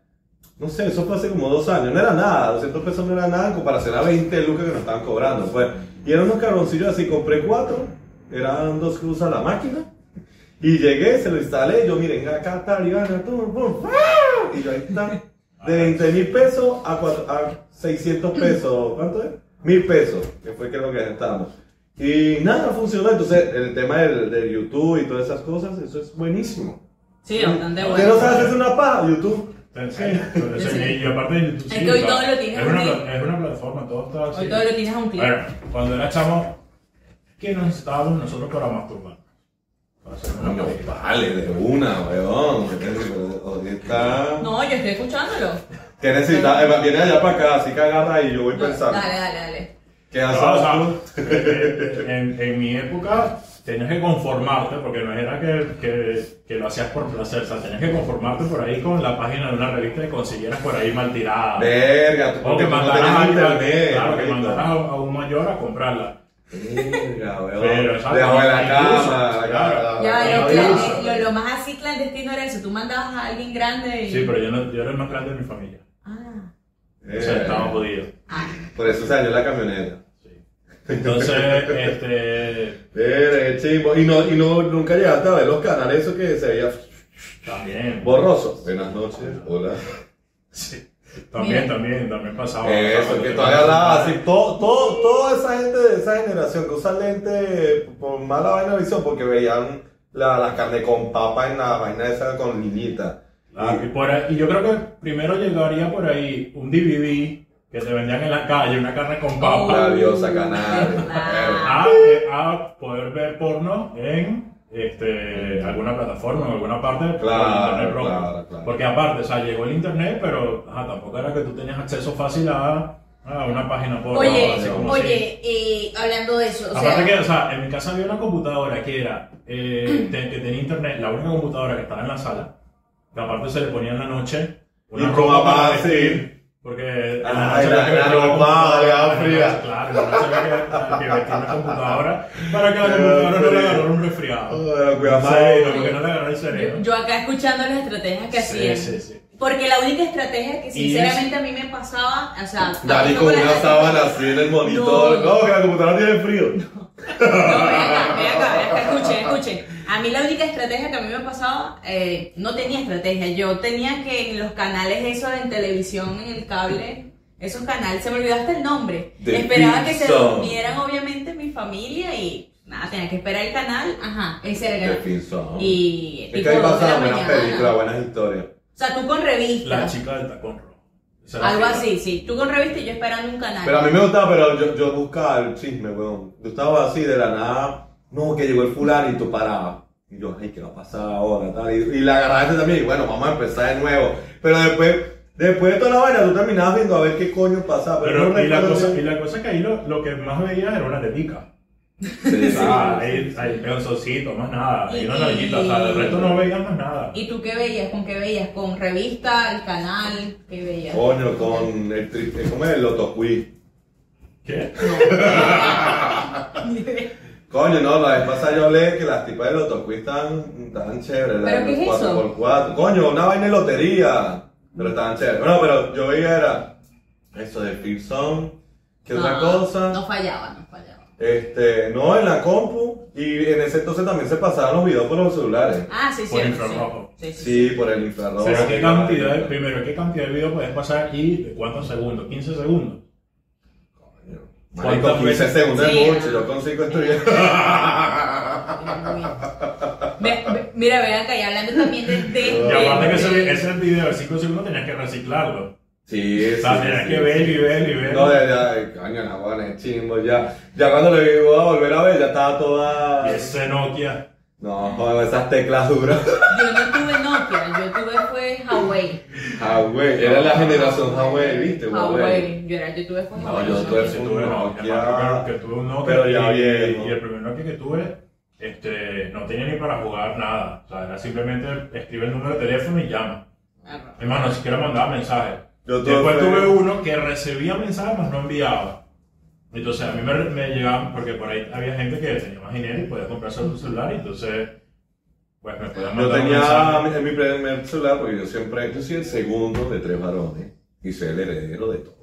no sé, eso fue hace como dos años, no era nada, 200 pesos no era nada en comparación a 20 lucas que nos estaban cobrando, pues. Y eran unos carboncillos así, compré cuatro, eran dos cruzas a la máquina, y llegué, se lo instalé, yo miren, acá está Ivana, tú, pum, ¡ah! y yo ahí está, de 20 mil pesos a, cuatro- a 600 pesos, ¿cuánto es? Mil pesos, que fue que lo que estábamos. Y nada, funcionó, entonces el tema del, del YouTube y todas esas cosas, eso es buenísimo. Sí, bastante ¿Usted no bueno. sabe hacer una paja? YouTube. Te enseño, te lo enseño. Y aparte de YouTube, Es sí, que hoy o sea, todo lo tienes es una, ahí. pla- es una plataforma, todo está así. Hoy todo lo tienes a un clic. Bueno, cuando era chamo, ¿qué nos necesitábamos nosotros para masturbar? Para hacer una Coño, pareja. vale, de una, weón. Hoy está. No, yo estoy escuchándolo. ¿Qué necesitas? Eh, viene allá para acá, así que agarra y yo voy No, pensando. Dale, dale, dale. ¿Qué No, haces o sea, tú? eh, en, en mi época tenías que conformarte, porque no era que, que- que lo hacías por placer, o sea, tenías que conformarte por ahí con la página de una revista que consiguieras por ahí mal tirada. Verga, tú, o porque que tú no mandaras, tenías a, internet. claro, que marico. mandaras a- a un mayor a comprarla. Verga, Pero, weón. exacto, Dejo de la hay usos, cama. la claro. cama, Ya, la lo, cama. claro. clan- lo- lo más así clandestino era eso. Tú mandabas a alguien grande y. Sí, pero yo, no, yo era el más grande de mi familia. Ah. O sea, estaba Eh, jodido. Ah. Por eso se dañó la camioneta. Sí. Entonces, este. Verga, qué chimbo. Y, no, y no, nunca llegaste a ver los canales, eso que se veía También. borroso. Buenas noches, hola. Sí. También, Mira. también, también pasaba. Eso, pasaba, que tú también. agarrabas así Todo, todo, toda esa gente de esa generación que usa lente por mala vaina de visión porque veían la, la carne con papa en la vaina esa con liñita. Ah, Claro, y, por ahí- y yo creo que primero llegaría por ahí un DVD que te vendían en la calle, una carne con papa. La diosa canal. Ah. A, eh, a poder ver porno en este, alguna plataforma, en alguna parte. por Claro, internet propio. claro, claro. Porque aparte, o sea, llegó el internet, pero ajá, tampoco era que tú tenías acceso fácil a, a una página porno. así no, Oye, como así. oye, eh, hablando de eso, o Aparte sea, que, o sea, en mi casa había una computadora que era, eh, te- que tenía internet, la única computadora que estaba en la sala, que aparte se le ponía en la noche, una Y como ropa para aparte- vestir, porque en Ay, la- Ah, había que la vestir una ropa, computadora, la en la fría. noche, Claro, en la noche había que, que vestir una computadora para que a la computadora no le agarrara un resfriado. Bueno, cuidado, Sí, Oh, madre. porque no le agarrara el cerebro. yo acá escuchando las estrategias que Sí, hacían. sí, sí. Porque la única estrategia que sinceramente es- a mí me pasaba, o sea, Dani hablando con la una gente- sábana así en el monitor. No, No. que la computadora tiene frío. No, ven acá, ven acá, ven acá, escuchen, escuchen. A mí la única estrategia que a mí me pasaba, eh, no tenía estrategia. Yo tenía que en los canales esos en televisión, en el cable, esos canales, se me olvidó hasta el nombre. The Esperaba que Big se Zone. durmieran obviamente mi familia y nada, tenía que esperar el canal, ajá, ese era el De canal. pinzón. Y Es tipo que ahí dos de la pasaban buenas mañana. películas, buenas historias. O sea, tú con La revista. chica del tacón rojo. Esa era Algo la chica. así, sí. Tú con revista y yo esperando un canal. Pero a mí me gustaba, pero yo, yo buscaba el chisme, weón. Yo estaba así de la nada. No, que llegó el fulano y tú parabas. Y yo, ay, ¿qué va a pasar ahora? Tal, Y, y la agarraste también. Y bueno, vamos a empezar de nuevo. Pero después, después de toda la vaina, tú terminabas viendo a ver qué coño pasaba. Pero, Pero, no y, la recuerdo cosa, bien. y la cosa es que ahí lo, lo que más veía era una tetica. Sí, sí, Ah, sí, ahí, ahí peonzocito, más nada. Y una Y- nalguita, o sea, del resto no veías más nada. ¿Y tú qué veías? ¿Con qué veías? ¿Con revista, el canal? ¿Qué veías? Coño, con el triple, ¿cómo es el Lotocuí? ¿Qué? Coño, no, la vez pasada yo leí que las tipas del Lotocuí estaban, estaban chéveres. las de ¿Pero qué los es eso? 4x4. Coño, una vaina de lotería. Pero estaban chéveres. Bueno, pero yo veía era eso de Phil Song, ¿Qué otra cosa? Ah, No fallaba, no fallaba. Este, no, en la compu. Y en ese entonces también se pasaban los videos por los celulares. Ah, sí, Por cierto, sí. infrarrojo. Sí, sí, sí. Sí, por el infrarrojo. Pero y qué la- cantidad, de- primero, ¿qué cantidad de video puedes pasar y de cuántos segundos? 15 segundos. Marico, ¿Cuántas 15 veces? segundos Sí, es mucho, ah. yo con 5 estoy Ve- ve- mira, vean acá, y hablando también de... de- Y aparte que ese, de- ese video de 5 segundos tenías que reciclarlo. Sí, sí. O sea, tenías sí, que sí. ver y ver y ver. No, ya, ya, coño, la buena, es chimbo, ya. Ya cuando le iba a volver a ver, ya estaba toda. Y ese Nokia. No, joder, esas teclas duras. Yo no tuve Nokia, yo tuve fue Huawei. Huawei, era la generación Huawei, ¿viste? Huawei, yo era, yo tuve fue No, Huawei. yo tuve Sí, Un tuve Nokia. Nokia. Que tuve un Nokia. Pero ya y, viejo. y el primer Nokia que tuve, este, no tenía ni para jugar nada. O sea, era simplemente escribe el número de teléfono y llama. Ah, Hermano, ni siquiera mandaba mensajes. Yo tuve- Después tuve uno que recibía mensajes, mas no enviaba. Entonces a mí me, me llegaban, porque por ahí había gente que tenía más dinero y podía comprarse un celular, y entonces, pues me podían Yo mandar un tenía mensaje. mi- en mi primer celular, porque yo siempre, yo soy el segundo de tres varones y soy el heredero de todo.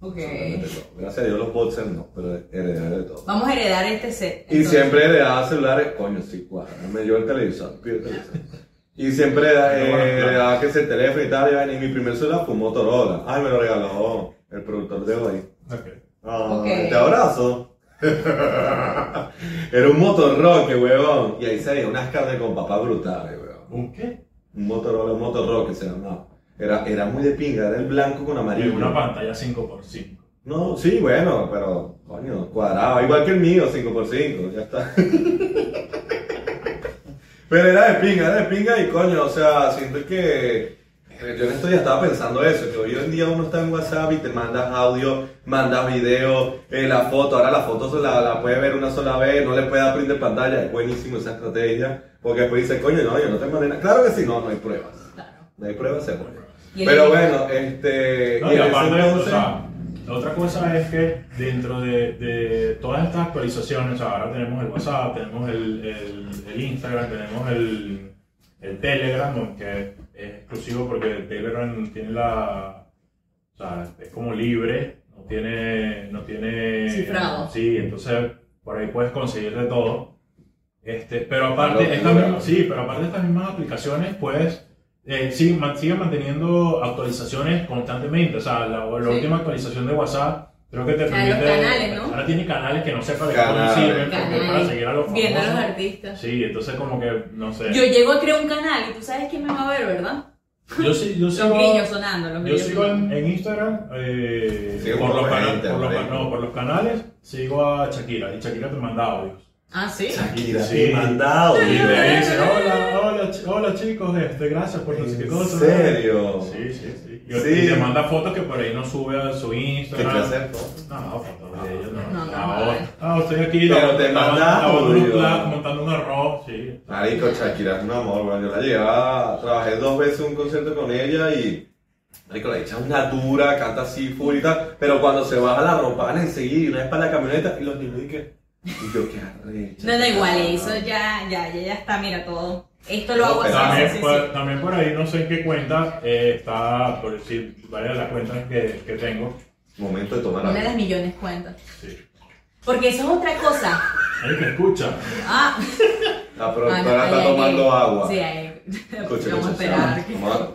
Ok. absolutamente todo. Gracias a Dios los boxers no, pero heredero de todo. Vamos a heredar este set. Y siempre heredaba celulares, coño, sí, cuadra, me llevo el televisor, pido el televisor. Y siempre heredaba, eh, heredaba que se teléfono y tal, y vaina, y mi primer celular fue un Motorola. Ay, me lo regaló el productor de hoy. Ok. Ah, Ok. Te abrazo. Era un motorroque, huevón. Y ahí salía unas carnes con papá brutales, huevón. ¿Un qué? Un Motorola, un Motorroque se llamaba. Era, era muy de pinga, era el blanco con Y amarillo. una pantalla 5x5. No, sí, bueno, pero coño, cuadrado, igual que el mío, 5x5, ya está. pero era de pinga, era de pinga y coño, o sea, siento que eh, yo en estos días estaba pensando eso, que hoy en día uno está en WhatsApp y te mandas audio, mandas video, eh, la foto, ahora la foto se la, la puede ver una sola vez, no le puede dar print de pantalla, es buenísimo esa estrategia, porque después dice, coño, no, yo no te mandé nada. Claro que sí, no, no hay pruebas, Claro. no hay pruebas, se muere. Y el- Pero bueno, este... No, y y en ese aparte, o entonces- sea, la otra cosa es que dentro de, de todas estas actualizaciones, o sea, ahora tenemos el WhatsApp, tenemos el, el- el Instagram, tenemos el, el Telegram, que es exclusivo porque el Telegram tiene la. O sea, es como libre, no tiene. No tiene Cifrado. Sí, entonces por ahí puedes conseguir de todo. Este, pero aparte, Locura. estas mismas- sí, pero aparte de estas mismas aplicaciones, puedes eh, sí, man- sigue manteniendo actualizaciones constantemente. O sea, la, la Sí. Ah, última actualización de WhatsApp creo que te los permite. canales, ¿no? Ahora tiene canales que no sepa de cómo Canales. sirven porque Canales, para seguir a los Viendo a los famosos. artistas. Sí, entonces como que no sé. Yo llego a crear un canal y tú sabes quién me va a ver, ¿verdad? Yo sí, yo Los sigo, grillos sonando, los yo grillos sigo en, sonando. en Instagram eh, Sí, por, por los la cana- gente, por los hombre. can- no, por los canales. Sigo a Shakira y Shakira te manda audios. Ah, sí. Shakira, Sí. sí. ¿eh? mandado. Y ¿En te dice, hola, hola, chi- hola chicos, este, gracias por no sé qué cosa. serio? Sí, sí, sí. Y, Sí. y te manda fotos que por ahí no sube a su ¿Qué te Instagram. hace No, fotos de ellos no. No, no, Ah, no. ah, estoy aquí. Pero te Ah, estaba- manda estaba en audio. un plato montando un arroz, sí. Marico, Shakira es un amor, bueno, yo la llevaba, trabajé dos veces un concierto con ella y... Marico, la echa una dura, canta así, full y tal, pero cuando se baja la ropa, enseguida, y una vez para la camioneta, y los niños, ¿y qué? Y yo, qué arrecha. No, da igual, eso ya, ya, ya, ya está, mira todo. Esto lo No, hago pero así, También, sí, sí, por, sí. también por ahí, no sé en qué cuenta, eh, está, por decir, varias de las cuentas que, que tengo. Momento de tomar Una de las algo. millones cuentas. Sí. Porque eso es otra cosa. Ahí te escucha. Ah, La ah, no, productora ahí está hay- tomando agua. Sí, ahí. Escucha, Vamos a escucha, esperar. escucha. Vamos a-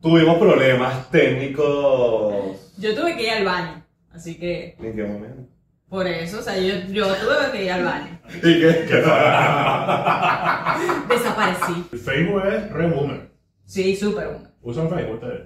Tuvimos problemas técnicos. Yo tuve que ir al baño, así que ¿En qué momento? por eso, o sea, yo, yo tuve que ir al baño. ¿Y qué? ¿Qué Desaparecí. El Facebook es Reboomer. Sí, súper bueno. ¿Usan Facebook ustedes?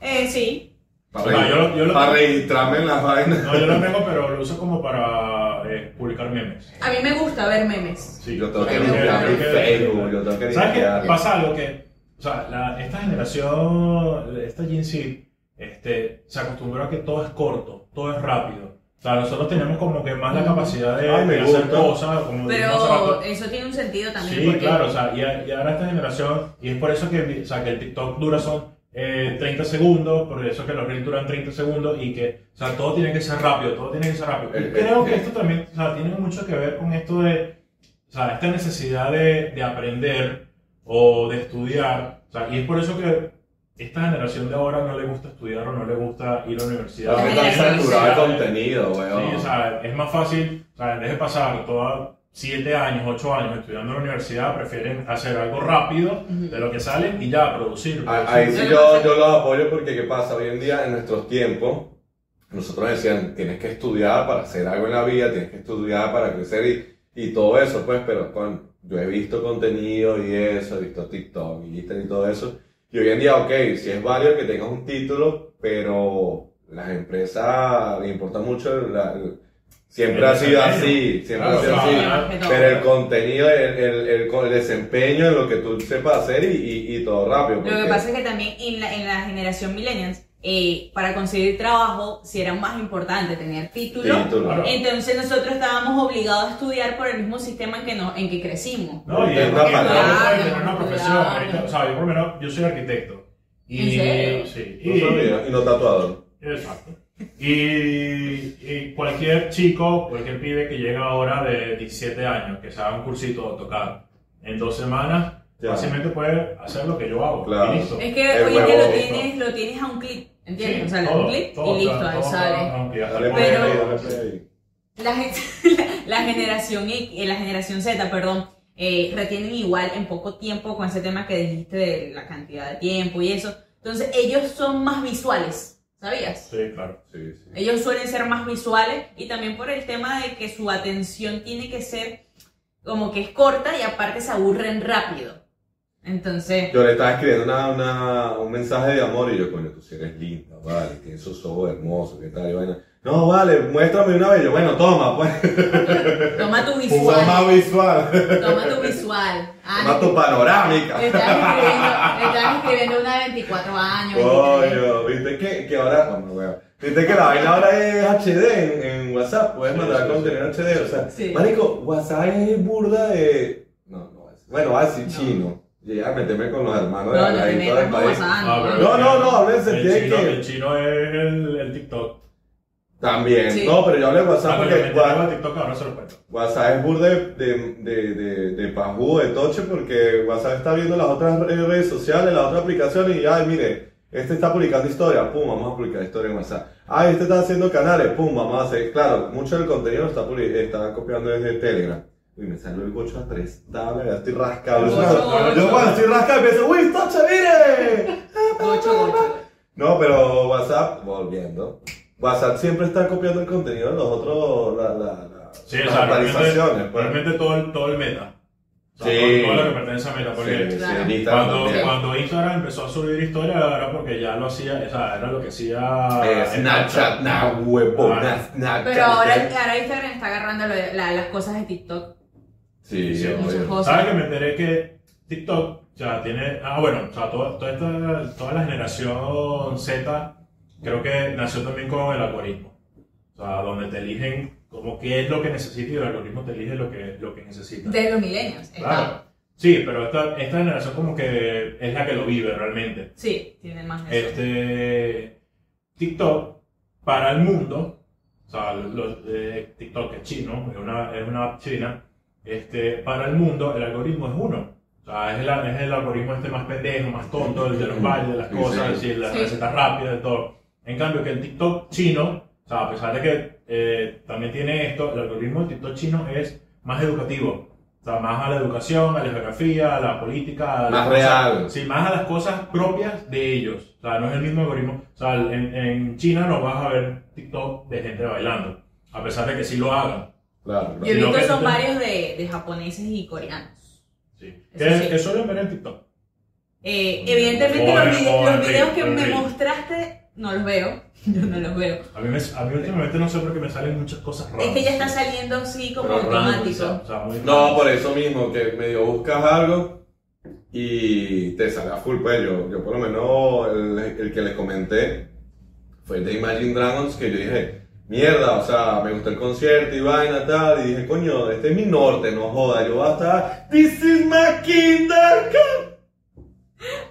Eh, sí. Para, No, yo lo- yo lo- registrarme en las vainas. No, yo lo tengo, pero lo uso como para eh, publicar memes. A mí me gusta ver memes. Sí, Yo tengo que Pero- limpiar mi Creo que- Facebook, yo tengo que ¿Sabes qué? limpiar. Pasa algo que, o sea, la- esta generación, esta Gen Z, este, se acostumbró a que todo es corto, todo es rápido. O sea, nosotros tenemos como que más la capacidad de, Ay, me de hacer gusta. cosas, como dijimos hace Pero rato. eso tiene un sentido también. Sí, porque claro, o sea, y, a- y ahora esta generación, y es por eso que, o sea, que el TikTok dura son eh, 30 segundos, por eso que los reels duran 30 segundos y que, o sea, todo tiene que ser rápido, todo tiene que ser rápido. Y Eh, creo eh, que eh. esto también, o sea, tiene mucho que ver con esto de, o sea, esta necesidad de, de aprender o de estudiar, o sea, y es por eso que esta generación de ahora no le gusta estudiar o no le gusta ir a Ah, la universidad. Claro, que Ay, están ay, saturados de Sí, contenido, Sí, o weón. sea, es más fácil, o sea, en vez de pasar toda 7 años, 8 años estudiando en la universidad, prefieren hacer algo rápido de lo que salen y ya producir. A- producir. Ah, Ahí sí yo, yo los apoyo porque ¿qué pasa? Hoy en día, en nuestros tiempos, nosotros decían, tienes que estudiar para hacer algo en la vida, tienes que estudiar para crecer y, y todo eso, pues, pero con, yo he visto contenido y eso, he visto TikTok y Instagram y todo eso, y hoy en día, ok, si es válido que tengas un título, pero las empresas le importa mucho, la- siempre El ha sido desempeño. así, siempre Claro, ha sido así. claro. Pero el contenido, el, el, el, el desempeño de lo que tú sepas hacer y, y, y todo rápido. Lo que porque- pasa es que también en la, en la generación millennials, eh, para conseguir trabajo, si era más importante tener título, Título. Claro. entonces nosotros estábamos obligados a estudiar por el mismo sistema en que, no, en que crecimos. No, Porque y es es porque una no palabra. puede tener una profesión. Claro. ahorita, o sea, yo por lo menos, yo soy arquitecto. Y, ¿En serio? Sí. No sabía, y no tatuador. Exacto. Y, y cualquier chico, cualquier pibe que llega ahora de 17 años, que se haga un cursito de tocar en dos semanas, Ya. fácilmente puede hacer lo que yo hago. Claro. Y listo. Es que El hoy en día lo huevo, tienes, lo tienes a un clic, ¿entiendes? o sea, le das todo, un clic todo, y listo, todo, ahí todo, sale. aunque hasta Dale el play, Pero- ahí, momento- dale play ahí. La, gen- la, la generación Y, eh, la generación Z, perdón, eh, retienen igual en poco tiempo con ese tema que dijiste de la cantidad de tiempo y eso. Entonces ellos son más visuales, ¿sabías? Sí, claro. Sí, sí. Ellos suelen ser más visuales y también por el tema de que su atención tiene que ser como que es corta y aparte se aburren rápido. Entonces, Yo le estaba escribiendo una, una- un mensaje de amor y yo, coño, tú sí eres linda, vale, tienes esos ojos hermosos, ¿qué tal? Y vaina. No, vale, muéstrame una vez. Yo, bueno, toma, pues. toma tu Usa visual, más visual. toma tu visual. Ah, Más tu panorámica. le estás escribiendo, le estás escribiendo una de 24 años. 23. Coño, viste que, que ahora, bueno, weón, viste que la vaina ahora es HD en, en WhatsApp, puedes Sí, mandar sí, contenido HD, o sea, Sí. marico, WhatsApp es burda de, no, no, voy a decir- bueno, va a decir chino, llegué a meterme con los hermanos de No, no la te ladito del metas con país, WhatsApp. Ah, pero No, no, no, hablé en el sentido de chino- que- El chino es el, el TikTok. también, Sí. no, pero yo hablé de WhatsApp Ah, pero porque el Wha- TikTok ahora se lo cuento. WhatsApp es burda de, de, de, de, de pajú, de toche, porque WhatsApp está viendo las otras re- redes sociales, las otras aplicaciones y, ay, mire, este está publicando historia, pum, vamos a publicar historia en WhatsApp. Ah, este está haciendo canales, pum, vamos a hacer. Claro, mucho del contenido lo está, publi- está copiando desde Telegram. Uy, me salió el gocho a tres tablas, ya estoy rascado. Gocho, Yo, gocho. yo cuando estoy rascado empiezo, uy, toche, mire. Gocho, gocho. No, pero WhatsApp, volviendo. WhatsApp siempre está copiando el contenido de los otros, la, la, la- Sí, las o sea, realmente, actualizaciones. pues. realmente todo, el, todo el meta. O sea, Sí. todo, todo lo que pertenece a meta. Porque Sí, sí, Claro. en Instagram cuando, también. cuando Instagram empezó a subir historias era porque ya lo hacía, o sea, era lo que hacía Eh, en Snapchat, nah, huevo, Ah. nah, Snapchat. Pero ahora, ahora Instagram está agarrando lo de- la- las cosas de TikTok. Sí, Sí, obvio. muchas cosas. ¿Sabes que me enteré que TikTok ya tiene. Ah, bueno, o sea, toda, toda, esta- toda la generación Z creo que nació también con el algoritmo. O sea, donde te eligen como qué es lo que necesitas y el algoritmo te elige lo que, lo que necesitas. De ah. los millennials. está. Claro. Sí, pero esta, esta generación como que es la que lo vive realmente. Sí, tienen más Eh, de eso. Este, TikTok para el mundo, o sea, los de TikTok es chino, es una, es una app china, este, para el mundo el algoritmo es uno. O sea, es el, es el algoritmo este más pendejo, más tonto, el de los bailes, de las Sí, cosas, sí. es decir, las Sí. recetas rápidas, de todo. En cambio, que el TikTok chino, o sea, a pesar de que eh, también tiene esto, el algoritmo del TikTok chino es más educativo. O sea, más a la educación, a la geografía, a la política, a las Más cosas- real. Sí, más a las cosas propias de ellos. O sea, no es el mismo algoritmo. O sea, en, en China no vas a ver TikTok de gente bailando. A pesar de que sí lo hagan. Claro, Yo he claro. Y lo visto que- son varios de, de japoneses y coreanos. Sí. Eso Que- sí. que suelen ver en TikTok. Eh, evidentemente Joder, los, vide- joder, los videos que joder. me mostraste no los veo. Yo no los veo. A mí, me, a mí últimamente no sé por qué me salen muchas cosas raras. Es que ya está saliendo así como Pero random, automático. O sea, muy No, por eso mismo, que medio buscas algo y te sale a full, pues yo, yo por lo menos el, el que les comenté fue el de Imagine Dragons que yo dije, mierda, o sea, me gustó el concierto y vaina tal, y dije, coño, este es mi norte, no joda, yo voy a estar, this is my kingdom come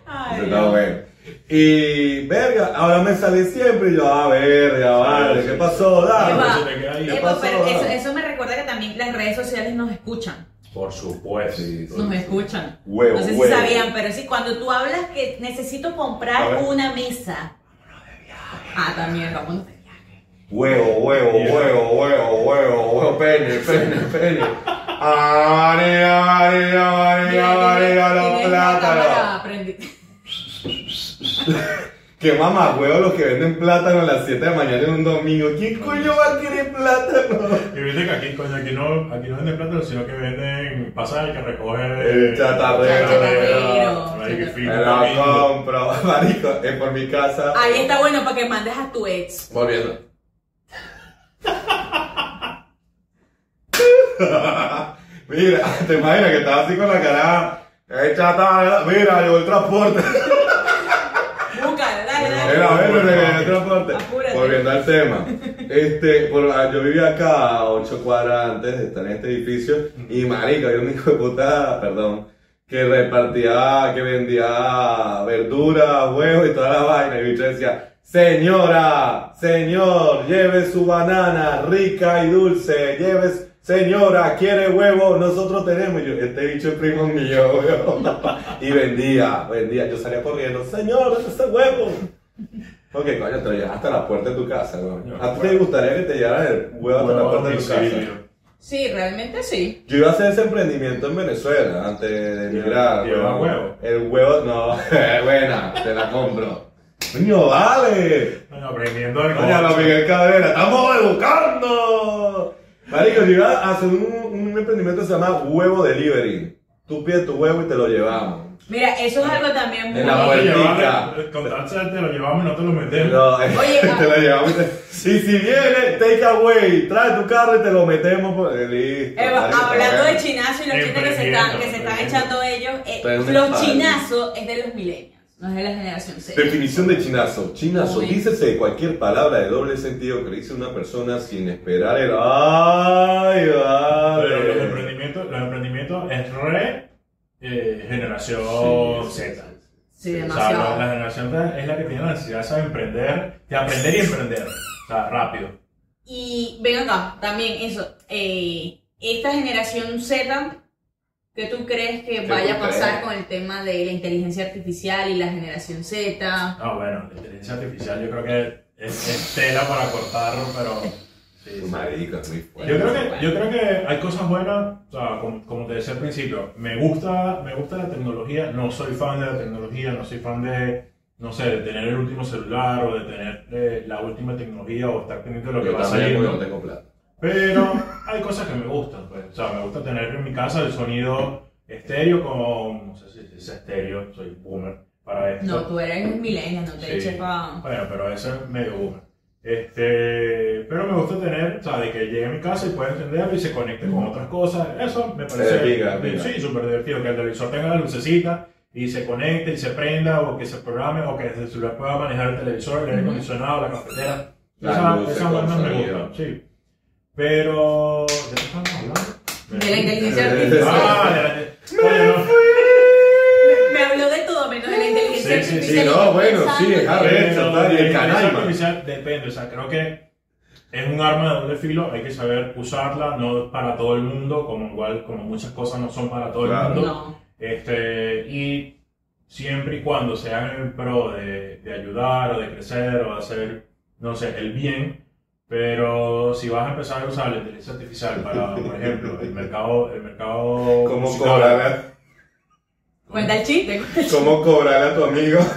Ay, Yo estaba bueno. Y verga, ahora me sale siempre y yo, a ver, ya vale, ¿qué pasó? Ah, Dale. Eva. eso te queda Epa, ahí. ¿Qué Epa, pasó? Eh, pero eso, Dale. eso me recuerda que también las redes sociales nos escuchan. Por supuesto. Sí, Nos escuchan. Huevo, no sé si huevo. sabían, pero sí, cuando tú hablas que necesito A ver. comprar una mesa. Ah, también, vámonos de viaje. Huevo, huevo, Yeah. huevo, huevo, huevo, huevo, pene, pene, pene. María, María, María, María, los Tienes una cámara, plátanos. aprendí. Qué mamá, huevo, los que venden plátano a las 7 de la mañana en un domingo. ¿Quién coño va a querer plátano? Y viste que aquí, coño, aquí no, aquí no venden plátano, sino que venden, pasa el que recoge El chatarrero. chatarrero, marico, Chatarrero. y Me fino, lo domingo. compro, marico, es por mi casa. Ahí está bueno para que mandes a tu ex. Volviendo. Mira, te imaginas que estaba así con la cara hecha tal. Mira, llegó el transporte. Búscala, dale, dale. Mira, a ver, se llegó el transporte. Apúrate. Volviendo al tema. Este, por la- yo vivía acá a 8 cuadras antes de estar en este edificio. Y marico, había un hijo de puta, perdón, que repartía, que vendía verduras, huevos y toda la vaina. Y el bicho decía, señora, señor, lleve su banana rica y dulce, lleves. Señora, quiere huevo, nosotros tenemos. Y yo, este bicho es primo mío, huevón. Y vendía, vendía. Yo salía corriendo, señor, ¿dónde está el huevo? Ok, coño, te lo llevas hasta la puerta de tu casa, weón. ¿A ti te gustaría que te llevaran el huevo hasta la Huevo puerta de tu casa? domicilio. Sí, realmente sí. Yo iba a hacer ese emprendimiento en Venezuela antes de emigrar. Lleva weón. huevo. El huevo, no, eh, buena, te la compro. Coño, vale. Bueno, aprendiendo algo. Coño, los Miguel Cabrera, estamos educando. Marico, yo iba a hacer un, un emprendimiento que se llama Huevo Delivery. Tú pides tu huevo y te lo llevamos. Mira, eso es algo también muy. En la puerta. eh, Contarse te lo llevamos y no te lo metemos. No, eh, Oye, te lo ah. llevamos. Y si viene, take away, trae tu carro y te lo metemos por el listo. Eva, marico, hablando bueno. de chinazo y los chistes que se están, que se están echando ellos, eh, Pero me los falta. chinazos es de los milenios, no es de la generación C. Definición de chinazo. Chinazo, Uy. dícese de cualquier palabra de doble sentido que le dice una persona sin esperar el. ¡Ay, Pero los vale! emprendimientos, los emprendimientos es re eh, generación Z. Sí, O sea, la, demasiado. la generación Z es la que tiene la necesidad de emprender, de aprender y emprender. O sea, rápido. Y ven acá, también eso, eh, esta generación Z, ¿qué tú crees que ¿Qué vaya a tú pasar crees? con el tema de la inteligencia artificial y la generación Z? No, bueno, la inteligencia artificial yo creo que es, es tela para cortarlo, pero. sí, sí. Marico, es muy fuerte. Yo creo, que, yo creo que hay cosas buenas, o sea, como, como te decía al principio, me gusta, me gusta la tecnología, no soy fan de la tecnología, no soy fan de, no sé, de tener el último celular o de tener eh, la última tecnología o estar pendiente de lo que Yo va también, porque no saliendo. tengo plata. Pero hay cosas que me gustan, pues. O sea, me gusta tener en mi casa el sonido estéreo con, no sé si es estéreo, soy boomer para esto. No, tú eres milenio, no te Sí. eches pa... Bueno, pero eso es medio boomer. Este, pero me gusta tener, o sea, de que llegue a mi casa y pueda entenderlo y se conecte con otras cosas. Eso me parece Eh, diga, diga. sí, súper divertido. Que el televisor tenga la lucecita y se conecte y se prenda, o que se programe, o que desde el celular pueda manejar el televisor, el aire acondicionado, la cafetera. Las Esa- luces Esas bandas con me sonido. gustan, sí. Pero. ¿De qué estamos hablando? De la inteligencia Eh, artificial. Ah, de la. Oye, no. Me habló de todo menos de la Sí, inteligencia sí, sí, artificial. y no, yo bueno, sí, pensando- es arrecho. Pero Está la bien, Eh, inteligencia canal, man. artificial depende, o sea, creo que es un arma de doble filo, hay que saber usarla, no es para todo el mundo, como igual como muchas cosas no son para todo Claro. el mundo. No. Este, y siempre y cuando se hagan en pro de, de ayudar o de crecer o de hacer, no sé, el bien, pero si vas a empezar a usar la inteligencia artificial para, por ejemplo, el mercado, el mercado ¿Cómo eh? musical, cobrar, a- Cuenta el chiste. ¿Cómo cobrar a tu amigo?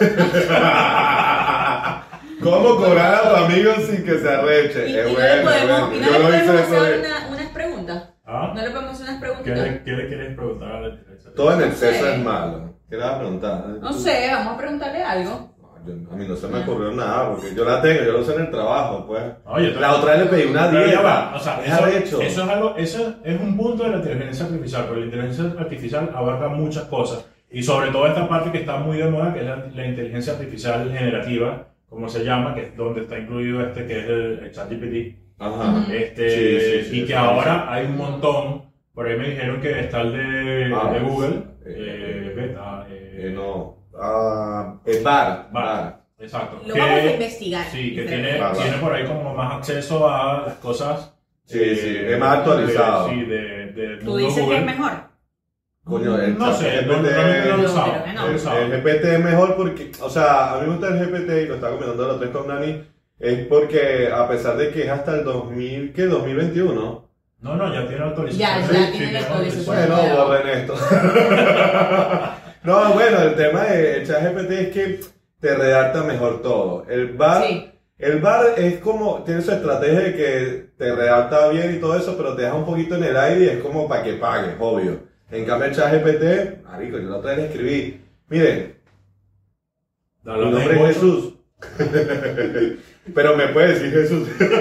¿Cómo cobrar a tu amigo sin que se arreche? Y, Es y no le eh, bueno, podemos, bueno. y no Yo le lo hice podemos eso. hacer de- una- unas preguntas. ¿Ah? No le podemos hacer unas ¿Qué preguntas. le, qué le quieres preguntar a la inteligencia Todo en No exceso sé. es malo. ¿Qué le vas a preguntar? No sé, vamos a preguntarle algo. No, yo- a mí no se me ocurrió nada, porque yo la tengo, yo la uso en el trabajo, pues. Oye, yo La otra vez le pedí una Pero dieta. ya va, o sea, Es eso, arrecho. eso es algo, eso es un punto de la inteligencia artificial, porque la inteligencia artificial abarca muchas cosas, y sobre todo esta parte que está muy de moda, que es la, la inteligencia artificial generativa, como se llama, que es donde está incluido este que es el, el ChatGPT, Ajá. este, Sí, sí, sí, y que sí, ahora hay un montón, por ahí me dijeron que está el de, Ah, de Google, sí. eh, Beta, eh, Eh, no. Ah, es bar. Bar. Bar. exacto, Lo que- vamos a investigar. sí, que Diferente. tiene, Bárbaro. tiene por ahí como más acceso a las cosas. Sí, sí, es más actualizado. Sí, de, de Tú mundo dices que Google. es mejor. Coño, el No chat sé, GPT no, realmente no lo he usado, Pero que no. no lo he El, usado. el GPT es mejor porque, o sea, a mí me gusta el GPT y lo estaba comentando la otra vez con Nani, es porque a pesar de que es hasta el 2000, que 2021. No, no, ya tiene Ya, autorización. ya tiene la tiene autorización. Bueno, Claro. borren esto. no, bueno, el tema del ChatGPT es que te redacta mejor todo. El bar, Sí. el bar es como, tiene su estrategia de que te redacta bien y todo eso, pero te deja un poquito en el aire y es como para que pagues, obvio. En cambio, el ChatGPT, marico, yo la otra vez le escribí, miren, Dale, mi nombre tengo es Jesús. Pero me puede decir Jesús.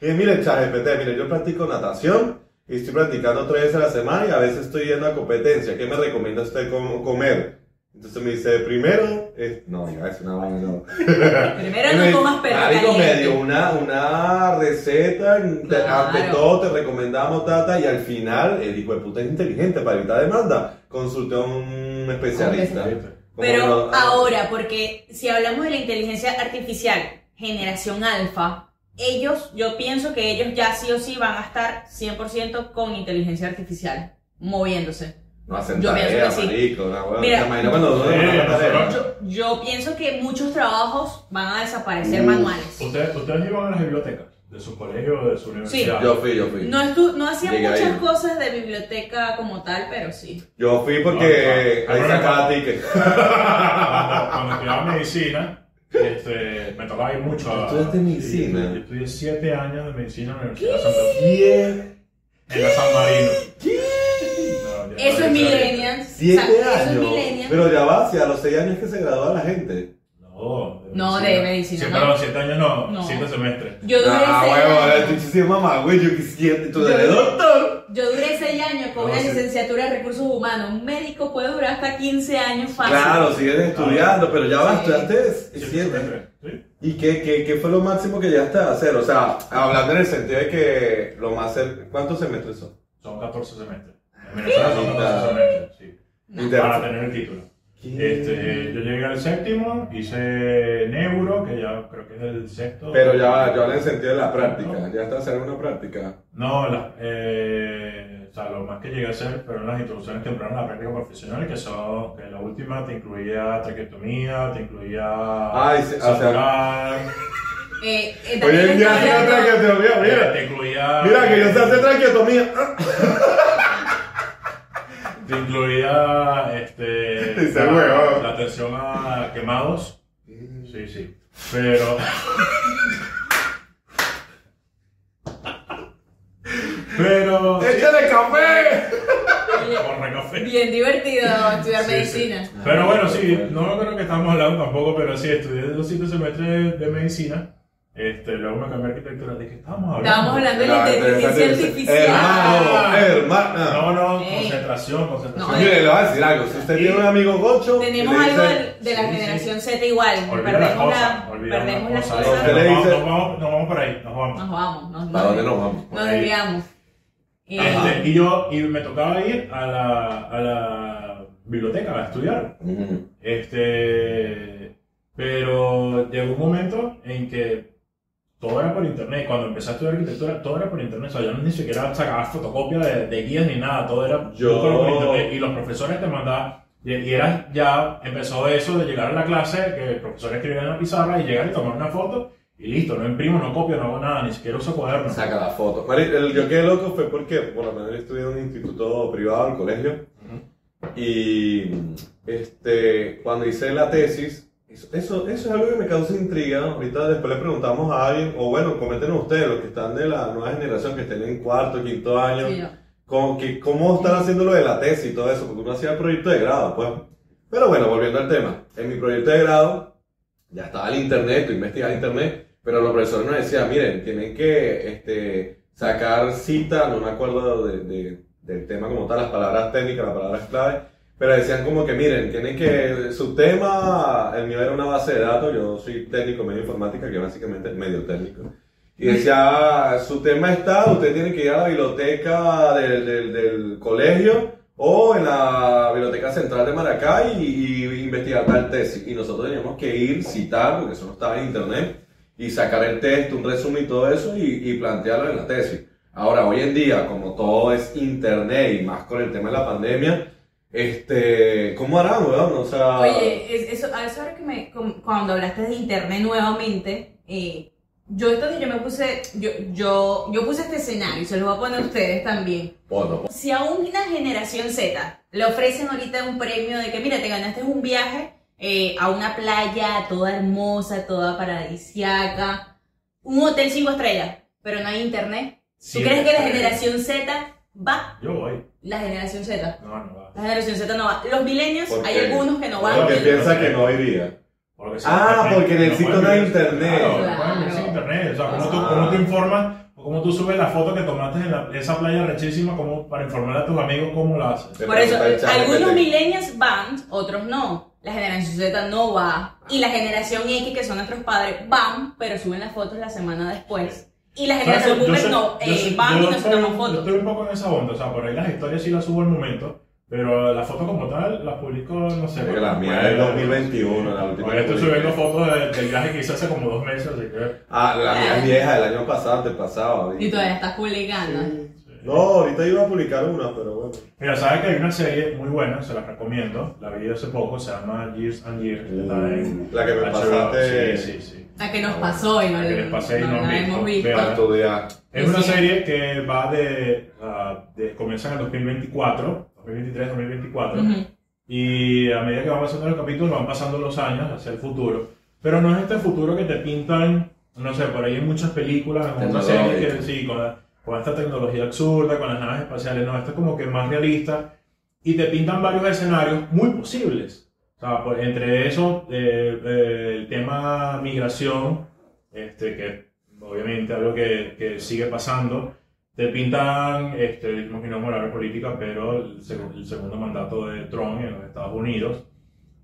y mire, ChatGPT, mire, yo practico natación y estoy practicando tres veces a la semana y a veces estoy yendo a competencia. ¿Qué me recomienda usted com- comer? Entonces me dice, primero, eh, no, ya es una vaina, no. Primero Y me- no comas perro Marico, me caliente. dio una, una receta, te- Claro. ante todo te recomendamos tata y al final el hijo de puta es inteligente para evitar demanda. Consulté a un especialista. Como Pero no- ahora, porque si hablamos de la inteligencia artificial, generación alfa, ellos, yo pienso que ellos ya sí o sí van a estar 100% con inteligencia artificial, moviéndose. No hacen Yo pienso tarea, que sí. marico. No, bueno, Mira. te imaginas cuando uno Sí, manda la tarea. nosotros- Yo, yo pienso que muchos trabajos van a desaparecer Uf. manuales. ¿Ustedes, ustedes llevan a las bibliotecas de su colegio o de su universidad. Yo fui, yo fui. No, estu- no hacían Llega muchas ahí. cosas de biblioteca como tal, pero sí. Yo fui porque No, no, no. ahí sacaba ticket. Cuando, cuando estudiaba medicina, este, me tocaba ir mucho a. ¿Tú estudiaste medicina? Yo, yo estudié 7 años de medicina en la Universidad de San Marino. ¿Diez? En la San Marino. No, ya Eso es no, ya- millennials. ¿Siete O sea, Eso es años? millennials. Pero ya va, si a los seis años que se graduaba la gente. No, No, de medicina, Sí, no. perdón, 7 años no, No. 7 semestres. Yo duré seis huevo, años. tú Ah, sí, mamá, güey, yo quisiera. ¿Tú eres Yo- doctor? Yo duré 6 años con No, una sí. licenciatura de recursos humanos. Un médico puede durar hasta 15 años fácil. Claro, sigues estudiando, pero ya va, Sí. estudiaste Siete siete. semestres, ¿sí? ¿Y qué, qué, qué fue lo máximo que llegaste a hacer? O sea, hablando en el sentido de que lo más. cer- ¿Cuántos semestres son? Son 14 semestres. En Venezuela son 14 semestres, sí. Y te- Para tener el título. ¿Qué? Este, yo llegué al séptimo, hice neuro, que ya creo que es el sexto. Pero ya va, yo hablo en el sentido de la práctica. ¿Ya estás haciendo una práctica? No, la- eh, o sea, lo más que llegué a hacer fueron las introducciones tempranas a la práctica profesional, que son, que la última te incluía traqueotomía, te incluía Ay, sí, Ah, o sea- saturar, Eh, eh, Hoy también en día estoy hace una hablando- traqueotomía, mira. te incluía... Mira que yo sé hacer traqueotomía. Te incluía este, Ese la, huevón. la atención a quemados. Mm. Sí, sí. Pero. Pero. sí, ¡Échale café! corre café. Bien divertido estudiar Sí, medicina. sí. Pero bueno, sí, no creo que estamos hablando tampoco, pero sí, estudié los siete semestres de medicina. Este, luego me cambié a arquitectura. ¿De qué estábamos hablando? Estábamos hablando de la inteligencia artificial. Hermano, Ah, hermano. No, no, Ey. concentración, concentración. No, Mire, le voy a decir algo. Si usted tiene un amigo gocho, Tenemos le dice- algo del- de, la Sí, sí. generación Z igual. Olvida las perdemos cosas, la, olvida perdemos las las cosas. cosas. ¿Qué le Nos vamos, dice? nos vamos, nos vamos por ahí, nos vamos. Nos vamos. Nos, ¿Para dónde nos vamos? nos Por ahí. desviamos. Eh, Ajá. Este, y yo y me tocaba ir a la, a la biblioteca a estudiar. Mm. Este, pero llegó un momento en que todo era por internet. Cuando empecé a estudiar arquitectura, todo era por internet. O sea, yo ni siquiera sacaba fotocopia de, de guías ni nada. Todo era Yo- todo por internet. Y los profesores te mandaban. Y, y era ya, empezó eso de llegar a la clase, que el profesor escribía en la pizarra y llegar y tomar una foto. Y listo, no imprimo, no copio, no hago nada, ni siquiera uso cuadernos. Saca la foto. Mari, el- yo quedé loco fue porque, por lo menos yo estudié en un instituto privado, en el colegio. Y este, cuando hice la tesis, eso, eso, eso es algo que me causa intriga. Ahorita después le preguntamos a alguien, o bueno, coméntenos ustedes, los que están de la nueva generación, que estén en cuarto, quinto año. sí, yo. Como que, ¿Cómo están haciendo lo de la tesis y todo eso? Porque uno hacía el proyecto de grado, pues. Pero bueno, volviendo al tema. En mi proyecto de grado, ya estaba el internet, tú investigabas el internet, pero los profesores nos decían, miren, tienen que este, sacar cita, no me acuerdo de- de- del tema como tal, las palabras técnicas, las palabras clave, pero decían como que, miren, tienen que, su tema, el mío era una base de datos, yo soy técnico medio informática, que básicamente es medio técnico. Y decía, su tema está, usted tiene que ir a la biblioteca del, del- del colegio o en la biblioteca central de Maracay y, y investigar tal tesis. Y nosotros teníamos que ir, citar, porque eso no estaba en internet, y sacar el texto, un resumen y todo eso, y, y plantearlo en la tesis. Ahora, hoy en día, como todo es internet y más con el tema de la pandemia, este, ¿cómo harán, weón? O sea, Oye, es- eso, a eso ahora que me, com- cuando hablaste de internet nuevamente, eh, yo entonces yo me puse, yo, yo, yo puse este escenario, y se lo voy a poner a ustedes también. bueno, Si a una generación Z le ofrecen ahorita un premio de que, mira, te ganaste un viaje eh, a una playa toda hermosa, toda paradisiaca, un hotel cinco estrellas, pero no hay internet. ¿Tú crees que la generación Z va? Yo voy. La generación Z. No, no va. La generación Z no va. Los milenios, ¿Por hay qué? algunos que no van. porque Bueno, piensa que no iría. Porque Ah, porque porque en el sitio no hay internet. Claro, no Claro. pueden vivir sin internet. O sea, ¿cómo tú, Ah. cómo tú informas o cómo tú subes la foto que tomaste en la- esa playa rechísima como para informar a tus amigos cómo la haces? Te Por eso, pregunta el chat, te- algunos millennials van, otros no. La generación Z no va. Y la generación X, que son nuestros padres, van, pero suben las fotos la semana después. Y la ¿Sabes generación qué? Yo Boomer soy- no, yo eh, soy- van y yo no se estoy- toman Yo fotos. estoy un poco en esa onda, o sea, por ahí las historias sí las subo al momento, pero las fotos como tal las publico, no sé. Porque la pues, mía es eh, 2021, la última Ahora estoy que publiqué. subiendo fotos de- del viaje que hice hace como dos meses, así que. Ah, la mía Claro. es vieja, del año pasado, antepasado. Y todavía estás publicando. No, ahorita iba a publicar una, pero bueno. Mira, sabes que hay una serie muy buena, se la recomiendo, la vi hace poco, se llama Years and Years. está en Mm, La que me HBO. pasaste. Sí, sí, sí. La que nos pasó y no, La que les pasé y no no la han hemos visto. visto. Para estudiar. Es una Sí. serie que va de, ah, de- comienza en el 2024, 2023, 2024. Ujú. Y a medida que van pasando los capítulos, van pasando los años hacia el futuro. Pero no es este futuro que te pintan, no sé, por ahí en muchas películas, en muchas series, que sí, con, la- con esta tecnología absurda, con las naves espaciales. No, esto es como que más realista. Y te pintan varios escenarios muy posibles. O sea, por- entre eso, eh, eh, el tema migración, este, que obviamente algo que, que sigue pasando. Te pintan, este, no quiero hablar de política, pero el, seg- el segundo mandato de Trump en los Estados Unidos.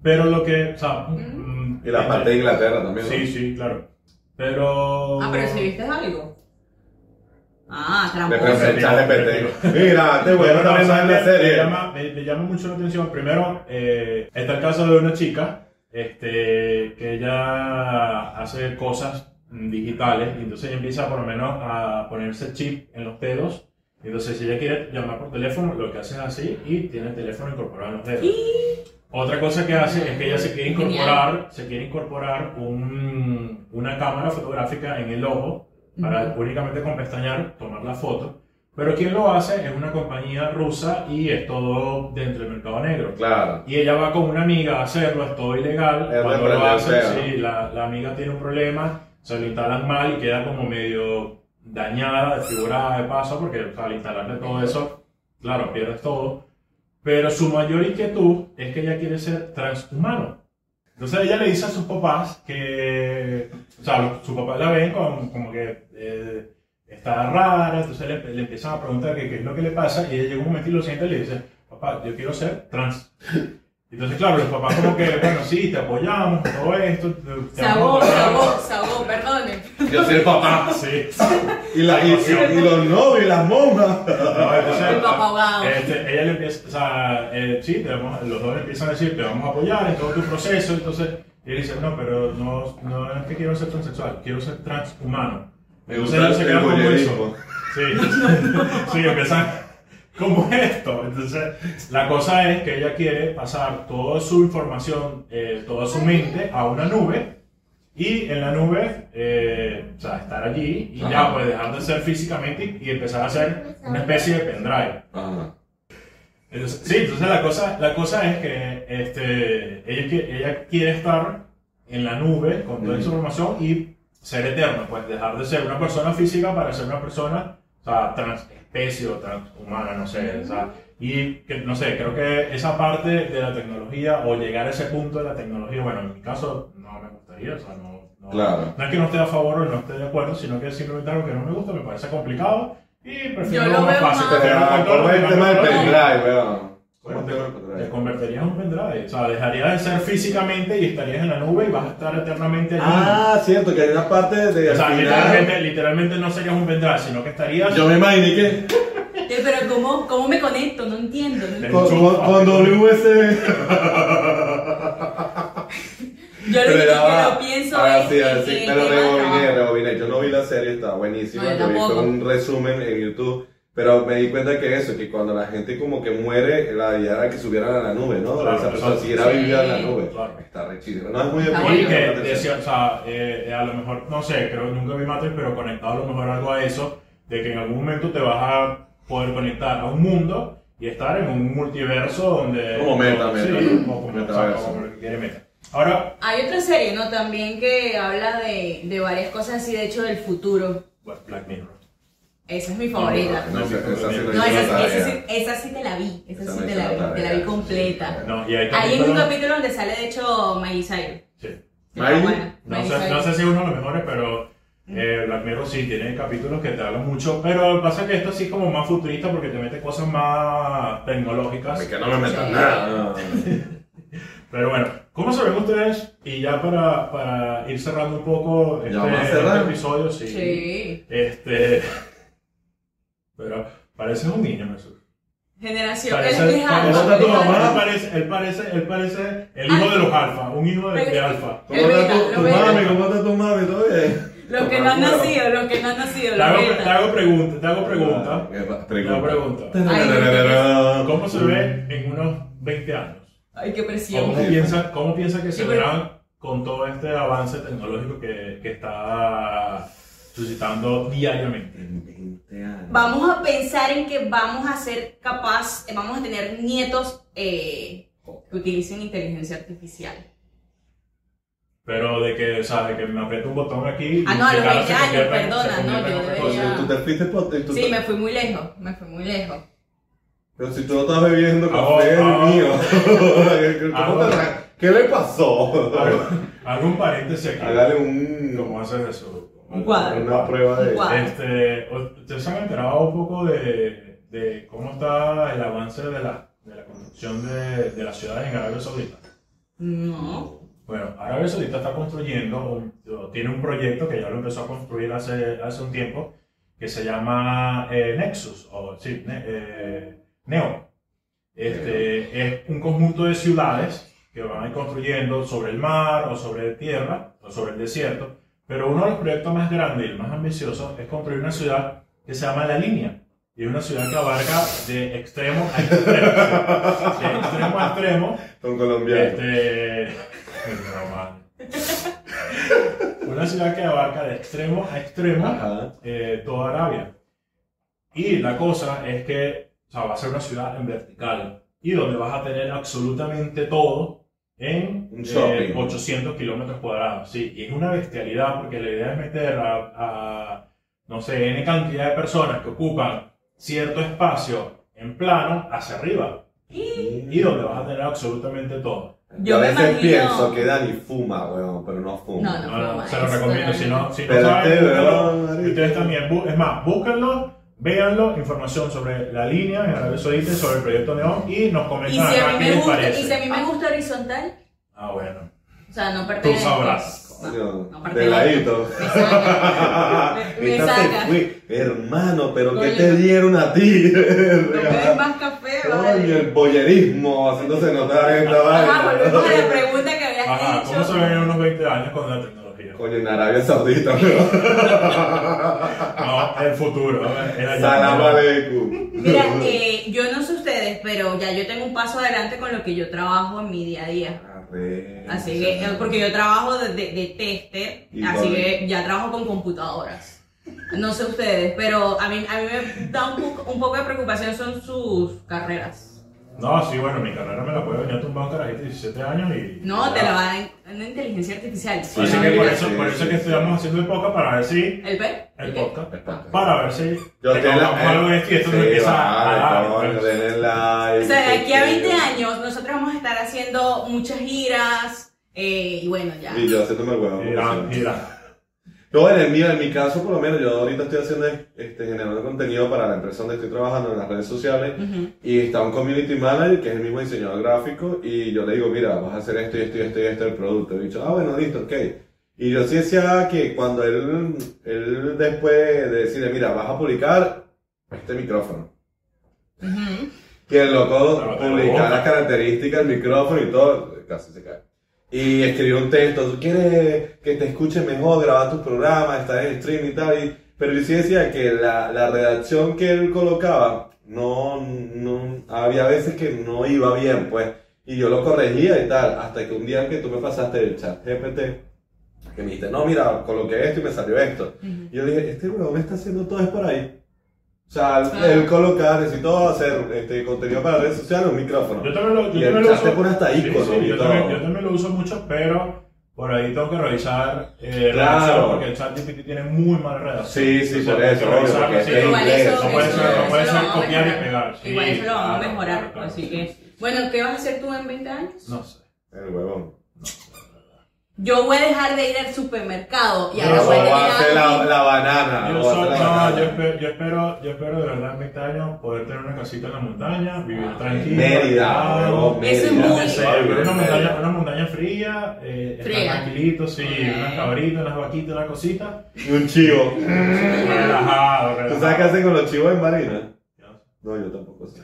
Pero lo que, o sea... mm, Y la parte de Inglaterra también. ¿no? Sí, sí, claro. Pero... Ah, pero si viste algo. Ah, Le tramposo. pregunté al chat GPT. Mira, este Bueno, weón también sabe la Me serie. llama, me- me llama mucho la atención. Primero, eh, está el caso de una chica este, que ella hace cosas mm, digitales y entonces ella empieza por lo menos a ponerse chip en los dedos. Y Entonces, si ella quiere llamar por teléfono, lo que hace es así y tiene el teléfono incorporado en los dedos. Otra cosa que hace es que ella se quiere Genial. incorporar, se quiere incorporar un- una cámara fotográfica en el ojo para únicamente con pestañear tomar la foto. Pero quien lo hace es una compañía rusa y es todo dentro del mercado negro. Claro. Y ella va con una amiga a hacerlo, es todo ilegal. Es Cuando lo reprender hace, feo, sí, la, la amiga tiene un problema, se lo instalan mal y queda como medio dañada, desfigurada de paso, porque o sea, al instalarle todo eso, claro, pierdes todo. Pero su mayor inquietud es que ella quiere ser transhumano. Entonces ella le dice a sus papás que, o sea, los- sus papás la ven con- como que eh, está rara, entonces le, le empiezan a preguntar que qué es lo que le pasa y ella llega un momento y lo siente y le dice, papá, yo quiero ser trans. Entonces, claro, los papás como que, bueno, sí, te apoyamos, todo esto. te- te Sabó, vamos a apoyar". sabó, sabó, perdone. Yo soy el papá. Sí. Y, la, y, y- y los novios y las monjas. No, entonces, El papá ahogado. este, ella le empieza, o sea, eh, sí, te vamos- los dos le empiezan a decir, te vamos a apoyar en todo tu proceso, entonces, y él dice, no, pero no, no es que quiero ser transexual, quiero ser transhumano. Me Entonces, gusta ellos se el quedan como voyerismo. eso. Sí, sí, empiezan como esto. Entonces, la cosa es que ella quiere pasar toda su información, eh, toda su mente a una nube y en la nube, eh, o sea, estar allí y ya, Ajá. pues dejar de ser físicamente y, y empezar a ser una especie de pendrive. Ajá. Entonces, sí, entonces la cosa, la cosa es que este, ella, qui- ella quiere estar en la nube con toda su información y ser eterna, pues dejar de ser una persona física para ser una persona, o sea, transespecie o transhumana, no sé, o sea, y que, no sé, creo que esa parte de la tecnología o llegar a ese punto de la tecnología, bueno, en mi caso no me gustaría, o sea, no, no, Claro. no es que no esté a favor o no esté de acuerdo, sino que simplemente algo que no me gusta, me parece complicado y prefiero Yo algo lo más veo fácil. más- prefiero Pero, ah, control, ¿Cómo es el tema del control, pendrive, weón? ¿Cómo bueno, es el tema del te, te pendrive? convertirías en un pendrive, o sea, dejarías de ser físicamente y estarías en la nube y vas a estar eternamente allí. Ah, cierto, que hay una parte de o sea, al literalmente, final. literalmente no serías un pendrive, sino que estarías Yo me imaginé que Eh, Pero ¿cómo, cómo me conecto? No entiendo. no con, con, con WSB. Yo lo Pero único ya que va. lo pienso hizo Así, en- así, en el pero tema del rebobiné, trabajo. rebobiné. Yo no vi la serie, estaba buenísima. No, yo yo vi tampoco. fue un resumen en YouTube. Pero me di cuenta que eso, que cuando la gente como que muere, la idea era que subieran a la nube, ¿no? Claro, Esa persona claro. si era Sí. vivir a la nube. Claro. Está rechísimo. No, es muy Está deprimente, Y que no te decía, o sea, eh, eh, a lo mejor, no sé, creo que nunca vi Matrix, pero conectado a lo mejor algo a eso, de que en algún momento te vas a poder conectar a un mundo y estar en un multiverso donde... Como Meta, sí, Meta, ¿no? o como, Metaverso. o sea, como quiere Meta. Ahora, Hay otra serie, ¿no? También que habla de, de varias cosas así, de hecho, del futuro. bueno, Black Mirror. Esa es mi favorita. No, esa- esa sí No, no hice esa, la esa tarea. sí, esa sí te la vi, esa, Esa sí no te hice la la vi, te la vi tarea. completa. No, y ahí Hay también en un está- capítulo donde sale, de hecho, Miley Cyrus. Sí. ¿Miley? Bueno, No Miley sé, no Cyrus. sé si es uno de los mejores, pero eh, Black Mirror sí tiene capítulos que te hablan mucho. Pero pasa que esto sí es como más futurista porque te mete cosas más tecnológicas. Que no me metas Sí. nada. no. Pero bueno, ¿cómo se ven ustedes? Y ya para, para ir cerrando un poco este, vamos a este cerrar. episodio, sí. Sí. Este. Pero parece un niño, Jesús. Generación. Parece, él es parece- alfa, está tu él es mamá. él alfa. Ah. parece, él parece, él parece el hijo de los alfa, un hijo de, de alfa. ¿Cómo Es está verdad, tu, lo tu veo. mami? ¿Cómo está tu mami? ¿Todo bien? Los que no han nacido, los que no han nacido, Te los hago, te beta. hago pregunta, te hago pregunta. Ah, Te hago pregunta. Ay, ¿Cómo se ve en unos 20 años? Ay, qué ¿Cómo presión. Sí. piensa, cómo piensa que se Sí, pero- verán con todo este avance tecnológico que, que está suscitando diariamente? En 20 años. Vamos a pensar en que vamos a ser capaz, eh, vamos a tener nietos eh, que utilicen inteligencia artificial. Pero de que, o sea, de que me aprieta un botón aquí. Ah, no, a mi los cara 20 se años, convierte en- perdona, se convierte no, en yo otra cosa. debería- Tú te fuiste por... eh, tú- Sí, me fui muy lejos, me fui muy lejos. Pero si tú no estás bebiendo Ah, café, Ahora, mío. ¿Cómo te ahora. arran- ¿Qué le pasó? Hago- Hago un paréntesis aquí. Hágale un... ¿Cómo haces eso? Un cuadro. Una prueba de... Un cuadro. Este, ¿Ustedes se han enterado un poco de, de cómo está el avance de la, de la construcción de, de las ciudades en Arabia Saudita? No. Bueno, Arabia Saudita está construyendo, o- o tiene un proyecto que ya lo empezó a construir hace, hace un tiempo, que se llama eh, Nexus, o sí, ne- eh, Neo. Este, es un conjunto de ciudades que van a ir construyendo sobre el mar, o sobre tierra, o sobre el desierto. Pero uno de los proyectos más grandes y el más ambicioso es construir una ciudad que se llama La Línea. Y es una ciudad que abarca de extremo a extremo. ¿sí? De extremo a extremo. Son colombianos. Este. no, man. Una ciudad que abarca de extremo a extremo Ajá. eh, toda Arabia. Y la cosa es que o sea, va a ser una ciudad en vertical y donde vas a tener absolutamente todo en Un shopping. 800 kilómetros cuadrados. Sí, y es una bestialidad porque la idea es meter a, a, no sé, N cantidad de personas que ocupan cierto espacio en plano hacia arriba y donde vas a tener absolutamente todo. Yo Yo a me veces imagino- pienso que Dani fuma, weón, pero no fuma. No, no. No, no, se lo recomiendo. Si no, si no Pero saben, este, búsquenlo. ¿verdad, marico? ustedes también. bu- Es más, búsquenlo, véanlo, información sobre la línea en Arabia Saudita, sobre el proyecto Neón y nos Y si comentan a acá mí qué me les gusta, y si a parece. mí me gusta horizontal, Ah, bueno. o sea, no Tú pertenece. sabrás. Coño, no, aparte de no. ladito. Me saca. Me, me Esta se saca. fue. Hermano, pero ¿qué Coño. te dieron a ti? No bebes más café, Coño, vale. el boyerismo haciéndose notar en esta Ajá, vaina. volvemos a la pregunta que habías Ajá, hecho. ¿cómo se ven en unos 20 años con la tecnología? Coño, en Arabia Saudita, weón. No, el futuro. a ver, el allá. Salam aleikum. Mira, eh, yo no sé ustedes, pero ya yo tengo un paso adelante con lo que yo trabajo en mi día a día. Arre. Así que, eh, porque yo trabajo de, de- de tester, Y así vale. que ya trabajo con computadoras. No sé ustedes, pero a mí, a mí me da un poco, un poco de preocupación son sus carreras. No, sí, bueno, mi carrera me la puede venir a tumbar un carajito de 17 años y. No, te la va a una inteligencia artificial. Sí, Así que por eso, sí, por eso sí, es que sí. estamos haciendo el podcast para ver si. ¿El P? El ¿El podcast. Eh, podcast. Para ver si. Yo te la. eh, tengamos algo de esto y esto Sí, no empieza vale, a. a- coño, pues. denle like. O sea, de aquí a 20 Sí. años nosotros vamos a estar haciendo muchas giras eh, y bueno, ya. Y yo haciéndome el huevo. como Irán, siempre. Irán. No, en el mío, en mi caso, por lo menos, yo ahorita estoy haciendo este, generando contenido para la empresa donde estoy trabajando en las redes sociales Ujú. y está un community manager que es el mismo diseñador gráfico y yo le digo, mira, vas a hacer esto y esto y esto y esto del producto. Y el bicho, ah, bueno, listo, ok. Y yo sí decía que cuando él, él después de decirle, mira, vas a publicar este micrófono. Que el loco Claro, publicar pero- las características del micrófono y todo, casi se cae. y escribí un texto, tú quieres que te escuche mejor, grabar tus programas, estar en stream y tal, y- pero yo sí decía que la, la redacción que él colocaba, no, no, había veces que no iba bien, pues, y yo lo corregía y tal, hasta que un día que tú me pasaste el chat GPT, que me dijiste, no, mira, coloqué esto y me salió esto. Ujú. Y yo dije, este huevón está haciendo todo es por ahí. O sea, el, el colocar, necesito hacer este, contenido para redes sociales, un micrófono. Yo también lo, yo Y el también lo chat uso. te pone hasta Sí, ícono sí, y yo, también, todo. yo también lo uso mucho, pero por ahí tengo que revisar eh, Claro. redacción, porque el chat GPT tiene muy mala redacción. Sí, sí, Entonces, por hay eso, que coño, revisarlo, porque sí. es Igual inglés, eso, no puede eso- ser, no eso puede lo ser vamos a copiar y mejorar. pegar, sí, Igual eso lo vamos a claro, mejorar, claro, claro. así que... Bueno, ¿qué vas a hacer tú en 20 años? No sé. El huevón. Yo voy a dejar de ir al supermercado y Yo ahora Eso voy a soy- va a tener ser la, hambre. la banana. Yo, va a soy- ser la no, banana. yo, espero, yo, espero, yo espero de verdad en 20 años poder tener una casita en la montaña, vivir tranquilo. Ah, Mérida, relajado, huevón, Eso Mérida. es muy- donde Sí, sea, pero una montaña, Mérida. una montaña fría, eh, estar Fría. tranquilito, sí, unas Ok. cabritas, unas vaquitas, una cosita. Y un chivo. Relajado, relajado. ¿Tú sabes qué hacen con los chivos en Marina? No, yo tampoco sé.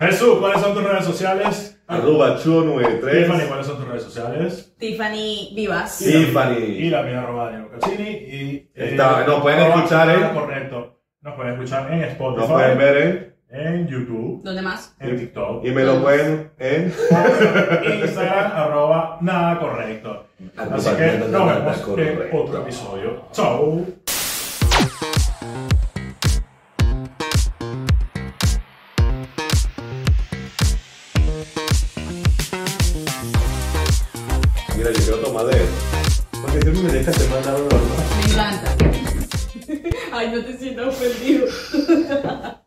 Jesús, ¿cuáles son tus redes sociales? Arroba chuo Tiffany, 93. ¿cuáles son tus redes sociales? Tiffany Vivas. Y Tiffany. la mía arroba Diego Cassini. Y, eh, Está- nos pueden arroba- escuchar, ¿eh? Correcto. Nos pueden escuchar en Spotify, Nos pueden ver en. en YouTube, ¿Dónde más? en TikTok, Y me lo pueden ¿eh? en. Instagram, arroba nada correcto. Así que nos vemos en otro episodio. Chau. Mira, yo quiero tomar de él. Porque siempre me dejas te mandaron los. Me encanta. Ay, no te sientas ofendido.